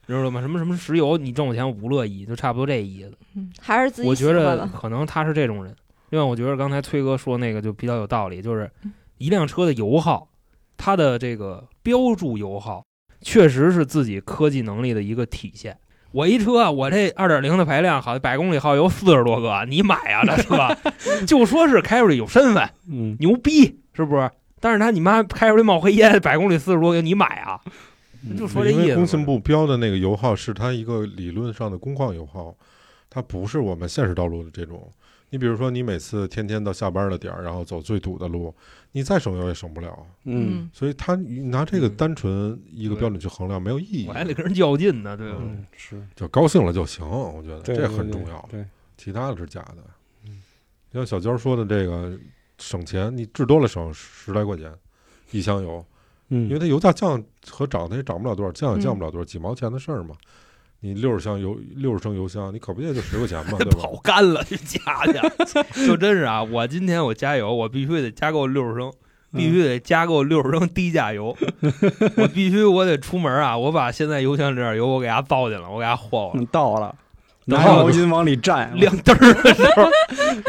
你知道吗？什么什么石油你挣我钱我不乐意，就差不多这意思。
嗯还是自己
我
喜
觉
欢
得
了。
可能他是这种人。另外，我觉得刚才崔哥说那个就比较有道理，就是
嗯
一辆车的油耗，它的这个标注油耗，确实是自己科技能力的一个体现。我一车啊，我这二点零的排量，好，百公里耗油四十多个，你买啊，这 车就说是凯瑞有身份，
嗯，
牛逼，是不是？但是他你妈凯瑞冒黑烟，百公里四十多个，你买啊？
嗯
就说这
因
意
为
思。
工信部标的那个油耗是它一个理论上的工况油耗，它不是我们现实道路的这种。你比如说，你每次天天到下班的点儿，然后走最堵的路，你再省油也省不了。
嗯，
所以它你拿这个
嗯
单纯一个
对
标准去衡量没有意义
我，还得跟人较劲呢，对吧？
嗯是，
就高兴了就行。我觉得
对
这
对
很
对
重要，
对，
其他的是假的。像小娇说的这个省钱，你至多了省十来块钱一箱油，
嗯
因为它油价降和涨，它也涨不了多少，降也降
嗯
不了多少，几毛钱的事儿嘛。你六十箱油，六十升油箱，你可不也就十块钱 嘛，对吧
跑？干了去加去， 就真是啊！我今天我加油，我必须得加够六十升，必须得加够六十升低价油，我必须我得出门啊！我把现在油箱里点油我给它倒进了，我给它和了，
嗯倒了，
等
拿
会儿
毛巾往里蘸，
亮灯儿的时候，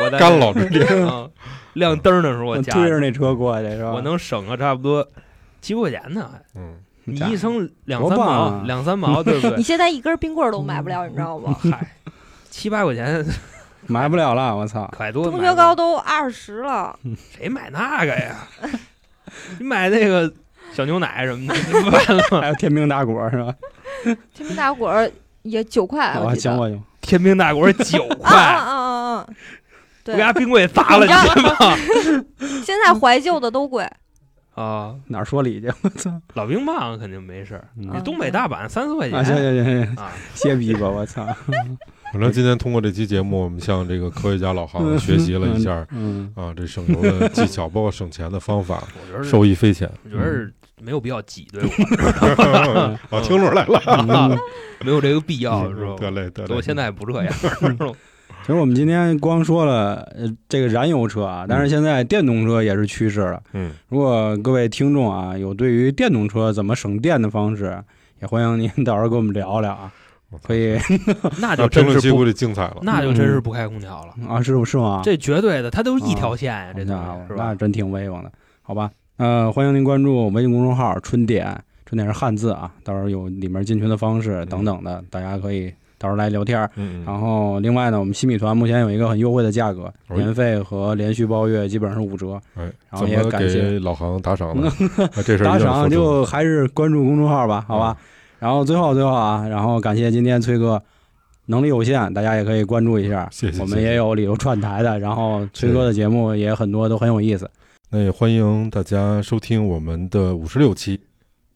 我在
干老直接，
嗯亮灯儿的时候我
推
加，
着那车过去是吧？
我能省个差不多七八块钱呢，
嗯，
你
加
一升两三
多棒啊
毛，两三毛对不嗯
你
对？
嗯现在一根冰棍儿都买不了，你知道吗？
嗨，七八块钱
买不了了，我操！
可爱多
中
买
学
了
高都二十 了，
谁买那个呀？ 你买那个小牛奶什么的， 你不完了吗？
还有天命大果是吧？
天命大果儿也九块，
哦
我
记
讲
得。
我讲，
天兵大果 九
啊啊
块，
啊啊！ 啊
我
对
给，家冰柜砸了，你信吗？
现在怀旧的都贵。
啊，
哪儿说理去？我操！
老冰棒肯定没事儿，
嗯
你东北大阪三四块
啊，行
钱
行行行，
啊，
歇逼吧！我操！
反正今天通过这期节目，我们向这个科学家老航学习了 一下
嗯，
啊，这省油的技巧，包括省钱的方法，
我觉得是
受益匪浅。啊
我觉得是没有必要挤兑我，
我听出来了，
嗯。
没有这个必要，哦是吧
嗯？得嘞得嘞，
我现在也不这样，
其实我们今天光说了呃这个燃油车啊，
嗯
但是现在电动车也是趋势了。
嗯，
如果各位听众啊有对于电动车怎么省电的方式，也欢迎您 到时候跟我们聊聊啊。可以
那
那
就
评
真
啊论
是
区
不
估，计精彩了。
那就真是不开空调了，
啊，是是吗？
这绝对的，它都是一条线呀，
好
这
家
东
伙
西是
嗯那
吧？
真挺威风的，好吧？呃，欢迎您关注微信公众号“春点”，春点是汉字啊，到时候有里面进群的方式
嗯
等等的，大家可以到时候来聊天儿。
嗯，
然后，另外呢，我们新米团目前有一个很优惠的价格，
哎
年费和连续包月基本上是五折。
哎，
然后
怎
也
么
感谢
给老航打赏 呢？啊这事儿
打
一定要
赏
说
就
出嗯
还是关注公众号吧，好吧。然后最后最后啊，然后感谢今天崔哥能力有限，大家也可以关注一下。
谢谢
我
谢
们
谢
也有旅游串台的，然后崔哥的节目也很多，都很有意思。
那也欢迎大家收听我们的五十六期，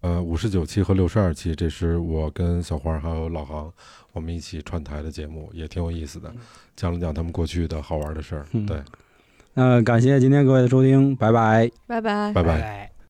呃，五十九期和六十二期，这是我跟小花还有老航我们一起串台的节目，也挺有意思的，讲了讲他们过去的好玩的事儿。
嗯
对，
那感谢今天各位的收听，拜拜。
拜拜。
拜拜。
拜。